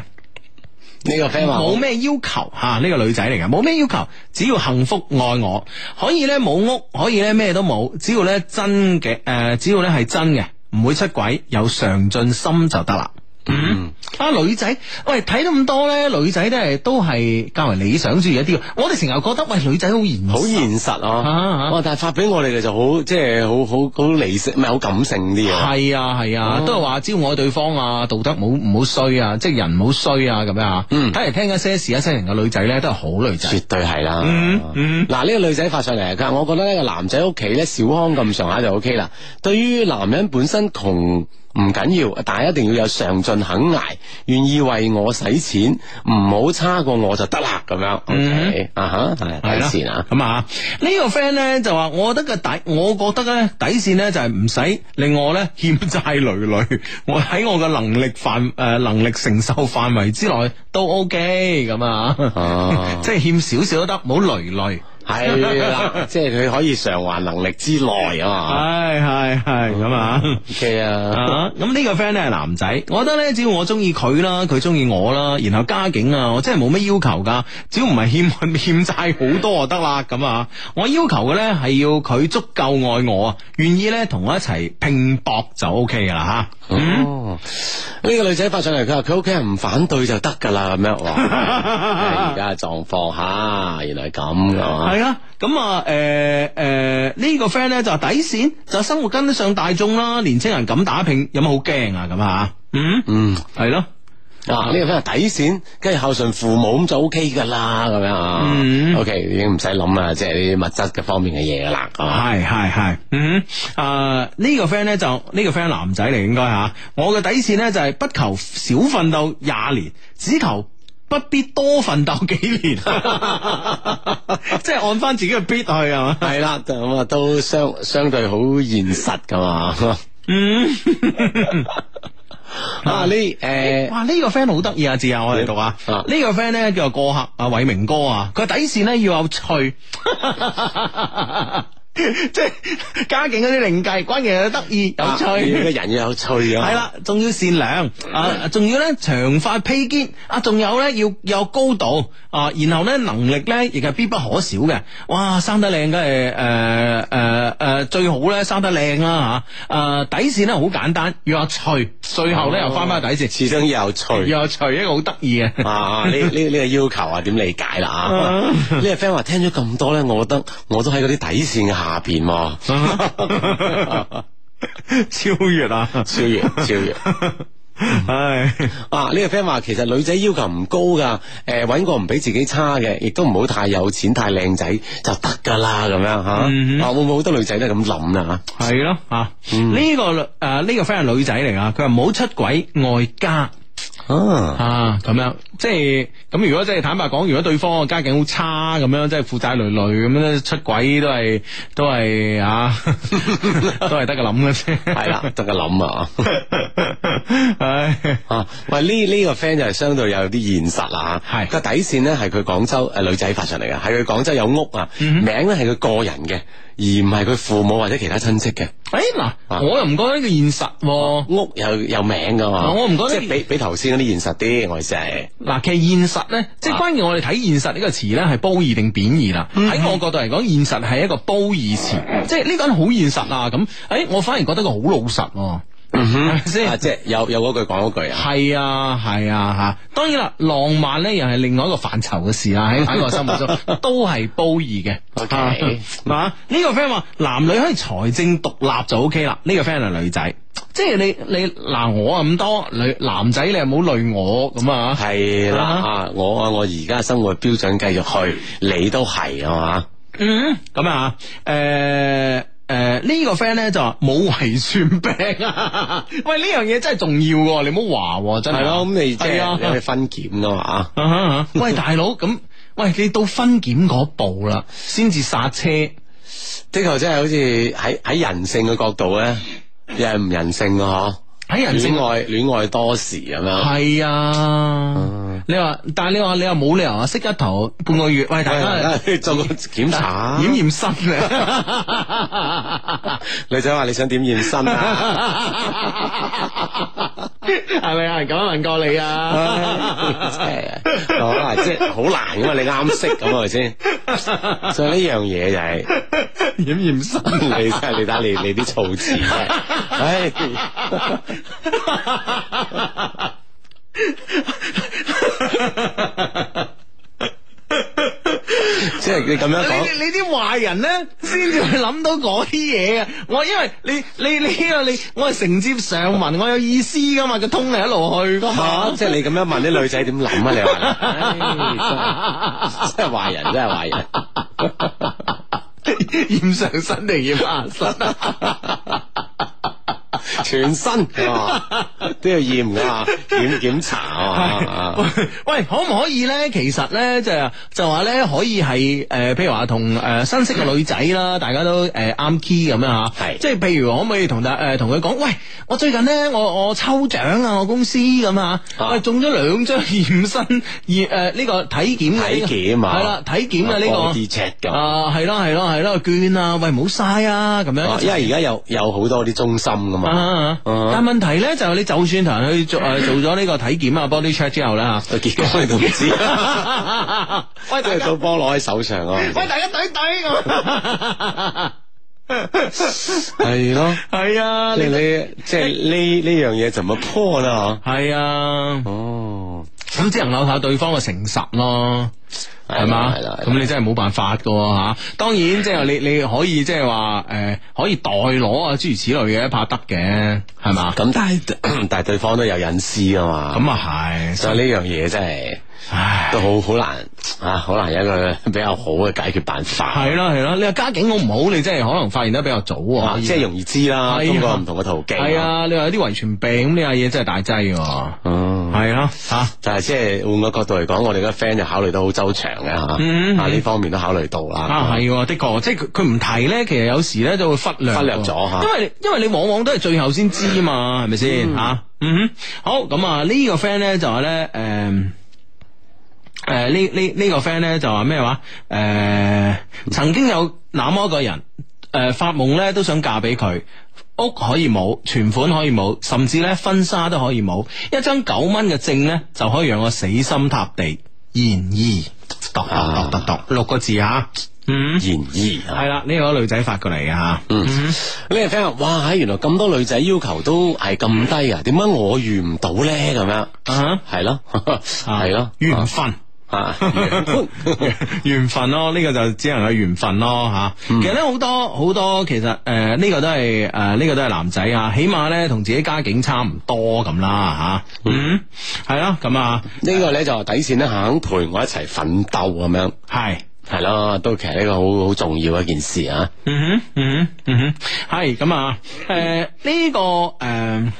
呢個 friend 話
冇咩要求吓，呢、個女仔嚟嘅，冇咩要求，只要幸福愛我，可以咧冇屋，可以咧咩都冇，只要咧真嘅，誒、呃只要咧係真嘅，唔會出軌，有上進心就得啦。嗯，啊女仔，喂睇到咁多咧，女仔都係都係較為理想主義一啲嘅，我哋成日覺得喂女仔好現
好
實
現實
啊
啊！哇，但係發俾我哋嘅就好，即係好好好理性，唔係好感性啲啊。
係啊係啊，都係話只要愛對方啊，道德冇唔好衰啊，即係人唔好衰啊咁樣啊。
嗯
睇嚟聽一些事一些人嘅女仔咧，都係好女仔。
絕對係啦。
嗯
嗱，呢個女仔發上嚟，佢話我覺得呢個男仔屋企咧小康咁上下就 O K 啦。對於男人本身窮唔緊要，但係一定要有上進肯捱，願意為我使錢，唔好差過我就得啦咁樣。O K 啊吓，係
嗯係
底線啊。
咁啊，呢個 friend 咧就話，我覺得個底，我覺得咧底線咧就係唔使令我咧欠債累累， 我喺我嘅能力範誒、呃能力承受範圍之內都 OK 咁啊
哦，
即係欠少少都得，唔好累累。
係啦，即係佢可以償還能力之內啊嘛。
係係係咁啊。
O K 啊，
啊！咁呢個 friend 咧係男仔，我覺得咧只要我中意佢啦，佢中意我啦，然後家境啊，我真係冇乜要求噶，只要唔係欠 欠債好多就得啦咁啊！我要求嘅咧係要佢足夠愛我啊，願意咧同我一齊拼搏就 O K 噶啦
哦，呢個女仔發上嚟，佢話佢屋企人唔反對就得噶啦，咁樣哇！ 而家嘅狀況吓，原來係咁噶
吓。
嘛。
係啊，咁啊，誒誒呢個 friend 咧就話底線就係生活跟得上大眾啦，年青人咁打拼有乜好驚啊咁啊？嗯，
嗯。
係咯。
啊，呢個 friend 話底線，跟住孝順父母咁就 O K 噶啦，咁樣啊
嗯
，O K 已經唔使諗啦，即係呢啲物質嘅方面嘅嘢啦，啊係嘛
系系系，嗯，啊、呢、個个 friend 咧就呢、個个 friend 男仔嚟應該吓，我嘅底線咧就係不求少奮鬥廿年，只求。不必多奮鬥幾年， 即係按翻自己嘅 beat 去係嘛？
係啦，咁啊都相相對好現實噶嘛。嗯， 啊呢誒
哇！呢、個 friend 好得意啊，字啊，我哋讀啊。
啊
呢個 friend 咧叫做過客啊，偉明哥啊，佢底線咧要有趣， 即係家境嗰啲另計，關鍵係得意有趣。
啊呢個人要有趣啊，
系啦，仲要善良啊，仲要咧長髮披肩啊，仲有咧要有高度啊，然後咧能力咧亦係必不可少嘅。哇，生得靚梗係诶诶诶最好咧生得靚啦吓，诶底線咧好簡單，要有趣，最後咧又翻翻底線，
始終要有趣。
要有趣，一個好得意嘅。
啊！呢呢呢個要求啊，點理解啦？啊，呢個 friend 話聽咗咁多咧，我覺得我都喺嗰啲底線下邊喎，
超越啊！
超越超越。
唉，
啊！呢、個 friend 話其實女仔要求唔高噶，诶、搵個唔比自己差嘅，亦都唔好太有錢、太靚仔就得噶啦，咁樣吓。
嗯
啊，會唔會好多女仔都係咁諗啊？
係咯吓，呢個女诶呢個 friend 係女仔嚟啊，佢話唔好出軌外家。
啊，
啊，咁樣即係咁。如果即係坦白講，如果對方嘅家境好差咁樣，即係負債累累咁樣出軌都係都係啊，都係得個諗嘅啫。
係啦，得個諗啊。
唉，
啊，喂，呢呢、個 friend 就係相對有啲現實啦吓，
係
個底線咧係佢廣州诶、女仔發上嚟嘅，係佢廣州有屋啊，
嗯
名咧係佢個人嘅，而唔係佢父母或者其他親戚嘅，
誒嗱，我又唔覺得呢個現實喎。
屋有有名噶嘛，
嗱啊我唔覺得
即係比比頭先嗰啲現實啲，我意思係。
嗱，其實現實咧，即係
啊
關鍵我哋睇現實呢個詞咧係褒義定貶義啦。喺我角度嚟講，現實係一個褒義詞，即係呢個人好現實啊。咁，誒，我反而覺得佢好老實喎，係咪先
啊，？即係有有嗰句講嗰句啊。
系啊，系啊，吓、當然啦，浪漫咧又係另外一個範疇嘅事啦，啊喺喺我心 目中都係褒義嘅。
OK
啊啊，呢、個 friend 話男女可以財政獨立就 OK 啦，呢、個 friend 係女仔。即係你你嗱我啊咁多女男仔你又唔好累我咁啊，
系啦，
啊
啊我我而家生活標準繼續去，你都係啊
嗯咁啊，诶、诶、呢個 friend 咧就話冇遺傳病啊！ 喂，呢樣嘢真係重要喎，你唔好話喎真
嘛，
係。
係咯，咁你即
係啊
係有去分檢噶嘛，
啊哈啊哈喂，大佬咁，喂，你到分檢嗰步啦，先至剎車。
的確真係好似喺喺人性嘅角度咧，又係唔人性啊
喺
嗬，
哎人性
戀愛戀愛多時咁樣，
係啊
嗯，
你話，但係你話你又冇理由啊，識一頭半個月，喂，大家
係 做個檢查
驗，驗身啊，
女仔話你想點驗身啊？
係咪有人咁樣問過你 啊？
唉真係啊，即係好難噶嘛，你啱識咁係 咪先？所以呢樣嘢就係、
驗驗身。
你真係你睇你你啲措辭真係，唉。 即係你咁樣
你
講，
你你啲壞人咧，先至會諗到嗰啲嘢嘅。我因為你你你呢個你，我係承接上文，我有意思噶嘛，個通係一路去噶嘛。
啊 嚇！即係你咁樣問啲女仔點諗啊？你 話唉真係真係壞人，真係壞人。
驗上身定驗下身啊？
全身啊都要驗噶，檢檢查 啊！
喂，可唔可以咧？其實咧就就話咧，可以係誒、呃譬如話同誒新識嘅女仔啦，大家都誒呃啱、key 咁樣嚇。
係
即係譬如可唔可以同大呃誒同佢講，喂，我最近咧我我抽獎啊，我公司咁啊，
啊
喂中咗兩張驗身驗誒呢個體檢嘅呢個
體檢啊啊
係啦，體檢嘅呢個
body check 咁。
啊，係咯係咯係咯，捐啊，喂唔好嘥啊，咁
啊
樣。
因為而家有有好多啲中心噶嘛，
啊！
啊
但問題咧就係你就算同人去做誒做咗呢個體檢啊 body check 之後咧嚇，
個結果你都唔知，
喂
即係到波攞喺手上啊！
喂大家隊隊咁，
係咯，
係啊
你你即係呢呢樣嘢怎麼破啦？
係啊。
哦，
咁只能夠靠對方嘅誠實咯。係嘛？
係啦係啦係啦
咁你真係冇辦法噶吓、當然即係你你可以即係話诶，可以代攞啊，諸如此類嘅，怕得嘅係嘛？
咁但系 但系對方都有隱私啊嘛，
啊咁啊係，
所以呢樣嘢真係
唉。
都好好難啊，好難有一個比較好嘅解決辦法，
系啦系啦，你話家境好唔好？你真係可能發現得比較早
啊
喎，
即係容易知啦，
係啊
通過唔同嘅途徑，
係，啊！你話有啲遺傳病咁，呢下嘢真係大劑喎。
嗯。
係咯，吓
但係即係換個角度嚟講，我哋嘅 friend 就考慮得好周詳嘅
嗯嗯
吓，啊呢方面都考慮到
啊
啦。
係喎，的確，即係佢佢唔提咧，其實有時咧就會忽略
忽略咗嚇
因為因為你往往都係最後先知嘛，係咪先吓？嗯哼，好咁啊，呢個 friend 咧就話咧，诶。诶、呢呢呢個 friend 咧就話咩話？诶、曾經有那麼一個人，诶、發夢咧都想嫁俾佢，屋可以冇，存款可以冇，甚至咧婚紗都可以冇，一張九蚊嘅證咧就可以讓我死心塌地。然而，度度度度度六個字啊，嗯，
然而啊
係嗯啦，呢、個女仔發過嚟嘅吓，
嗯呢個 friend 話哇，原來咁多女仔要求都係咁低啊，點解我遇唔到咧？咁樣
啊
係咯，
哈
係咯，
緣 分。
啊，
缘分咯，呢、個就只能係緣分咯吓。
嗯
其實咧好多好多，其實诶呢、個都係诶呢個都係男仔啊，起碼咧同自己家境差唔多咁啦吓。嗯，係啦，咁啊
呢個咧就底線咧肯陪我一齊奮鬥咁樣，
係。
係咯，都其實呢個好好重要嘅一件事啊。
嗯哼，嗯哼，嗯哼，系咁啊，诶、呢、個个诶。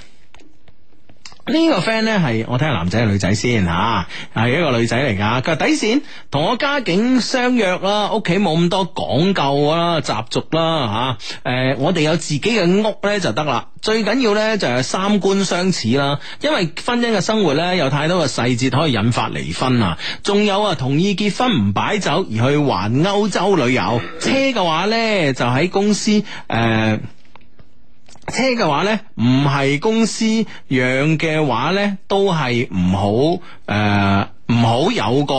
呢個 friend 咧係我睇下男仔定女仔先吓，係一個女仔嚟噶。佢話底線同我家境相若啦，屋企冇咁多講究啦、習俗啦吓。誒、我哋有自己嘅屋咧就得啦。最緊要咧就係三觀相似啦，因為婚姻嘅生活咧有太多嘅細節可以引發離婚啊。仲有啊，同意結婚唔擺酒而去環歐洲旅遊，車嘅話咧就喺公司誒。呃車嘅話呢，唔係公司養嘅話呢，都係唔好誒，唔好有個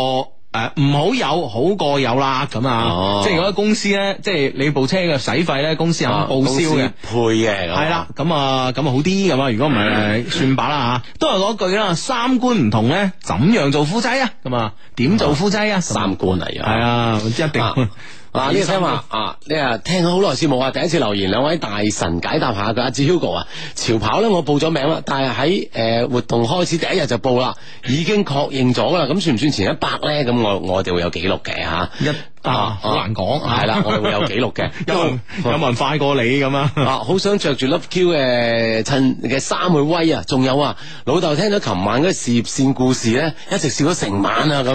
誒，唔好有好過有啦咁啊！
哦
即係如果公司呢，即係你部車嘅使費呢，公司肯
啊
報銷嘅。
公司配嘅，
係啦，咁啊，咁啊好啲咁啊，如果唔係誒算把啦吓，都係嗰句啦，三觀唔同呢，怎樣做夫妻啊？咁啊，點做夫妻啊？
三觀嚟
係
啊。
啊，一定
啊啊！呢個 friend 話啊，你啊聽咗好耐節目啊，第一次留言，兩位大神解答下佢。阿志 Hugo 啊，潮跑咧我報咗名啦，但係喺誒活動開始第一日就報啦，已經確認咗啦，咁算唔算前一百咧？咁我我哋會有記錄嘅嚇。
一啊，好難講啊
係啦，我哋會有記
。
錄嘅
有冇人有冇人快過你咁啊？
啊，好想着住 Love Q 嘅衬嘅衫去威啊！仲有啊，老豆聽咗琴晚嗰個事業線故事咧，一直笑咗成晚啊，咁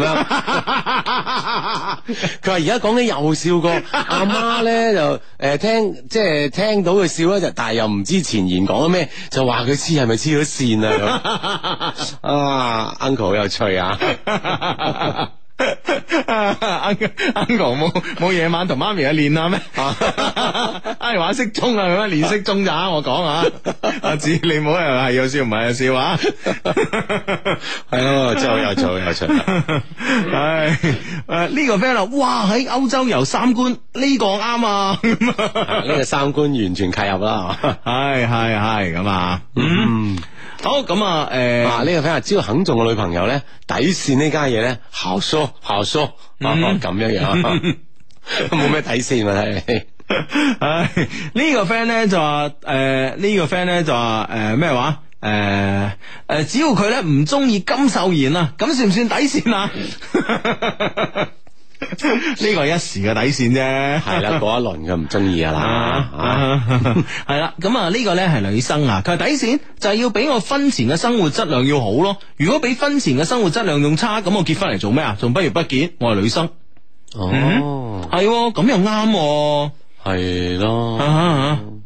樣。佢話而家講緊又笑過，阿媽咧就誒、呃、聽即係聽到佢笑咧，就但係又唔知前言講咗咩，就話佢黐係咪黐咗線啊咁。啊，uncle 好有趣啊！
uncle uncle 冇冇夜晚同媽咪去練下咩？ 哎玩骰盅啊，咁樣練骰盅咋？我講啊， 阿子你唔好又係有笑唔係有笑啊！
係咯，真係好有趣，好有趣。啊
唉，诶呢個 friend 啊，哇喺歐洲遊三觀呢個啱啊！
啊呢個三觀完全契合啦。
係係係咁啊，嗯，好咁啊，诶
啊！呢、個 friend 話只要肯做我女朋友咧，底線呢家嘢咧，好疏好疏，啊
嗯
咁樣樣， 冇咩底線啊！睇
唉，呢個 friend 咧就話，诶，呢個 friend 咧就話，诶咩話？诶诶、誒只要佢咧唔中意金秀賢啊，咁算唔算底線啊？ 呢個係一時嘅底線啫，
係 啦，嗰一輪佢唔中意噶啦，啊
系啦，咁啊呢個呢係女生啊，佢話底線就係要比我婚前嘅生活質量要好咯。如果比婚前嘅生活質量仲差，咁我結婚嚟做咩啊？仲不如不結。我係女生，
哦，
係喎咁又啱喎
係咯。
啊啊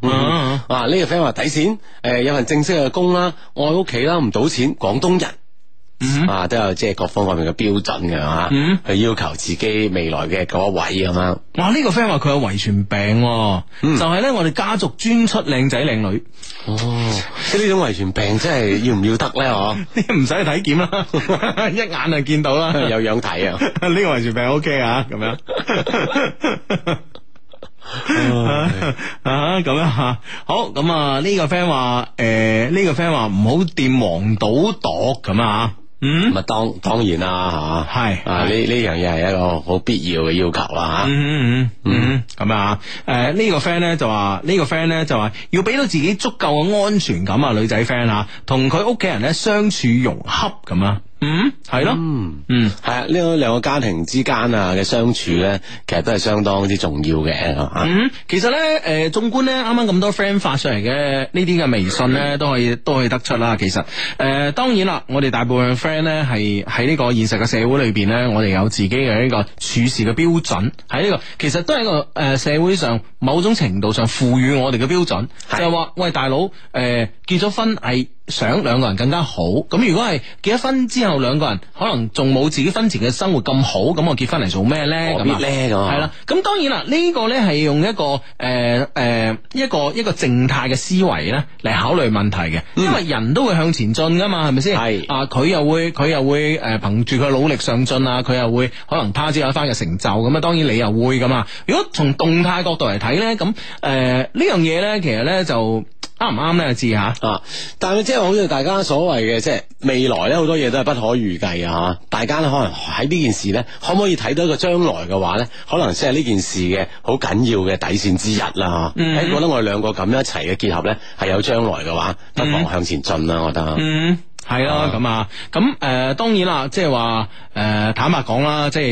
啊
啊！呢、個 friend 話底線，誒、有份正式嘅工啦，愛屋企啦，唔賭錢，廣東人。
嗯
啊，都有即係各方各面嘅標準嘅嚇，去要求自己未來嘅嗰一位咁樣。
哇！呢、個 friend 話佢有遺傳病、喎，就係咧我哋家族專出靚仔靚女，
哦，即係呢種遺傳病真係要唔要得咧？ 嗬，
唔使體檢啦， 一眼就見到啦。呢
有樣睇啊！
個遺傳病 OK 啊，咁樣 啊，咁樣吓，好咁啊！呢、個 friend 話，诶、呢、個 friend 話唔好掂黃賭毒咁啊，嗯
咁啊，當當然啦吓，
係
啊呢呢樣嘢係一個好必要嘅要求啦吓。
嗯嗯嗯咁啊，誒呢個 friend 咧就話呢個 friend 咧就話要俾到自己足夠嘅安全感啊，女仔 friend 啊，同佢屋企人咧相處融洽咁啊，嗯係咯，
嗯，
嗯
係啊，呢兩個家庭之間啊嘅相處咧，其實都係相當之重要嘅啊。
嗯，其實咧，誒，縱觀咧，啱啱咁多 friend 發上嚟嘅呢啲嘅微信咧，都可以都可以得出啦。其實，誒、當然啦，我哋大部分 friend 咧係喺呢個現實嘅社會裏邊咧，我哋有自己嘅呢個處事嘅標準，喺呢、個其實都係一個誒、社會上某種程度上賦予我哋嘅標準，就係話，喂，大佬，誒、結咗婚係。想兩個人更加好，咁如果係結咗婚之後兩個人可能仲冇自己婚前嘅生活咁好，咁我結婚嚟做咩咧？
何必
咁啊
咧咁啊
係啦，咁當然啦，呢、個呢係用一個誒誒、呃呃一個一個靜態嘅思維呢嚟考慮問題嘅，因為人都會向前進噶嘛，係咪先？
嗯係
啊，佢又會佢又會誒憑住佢努力上進啊，佢又會可能他朝有一番嘅成就咁啊，當然你又會噶嘛。如果從動態角度嚟睇呢，咁誒呢樣嘢呢，其實呢就啱唔啱呢？知吓。
啊！但係即係好似大家所謂嘅，即係未來咧好多嘢都係不可預計啊！大家咧可能喺呢件事咧，可唔可以睇到一個將來嘅話咧，可能先係呢件事嘅好緊要嘅底線之一啦嚇。誒、
嗯
覺得我哋兩個咁樣一齊嘅結合咧，係有將來嘅話，不妨向前進啦，我覺得。
嗯，係啦，咁啊，咁誒、呃當然啦，即係話誒，坦白講啦，即係。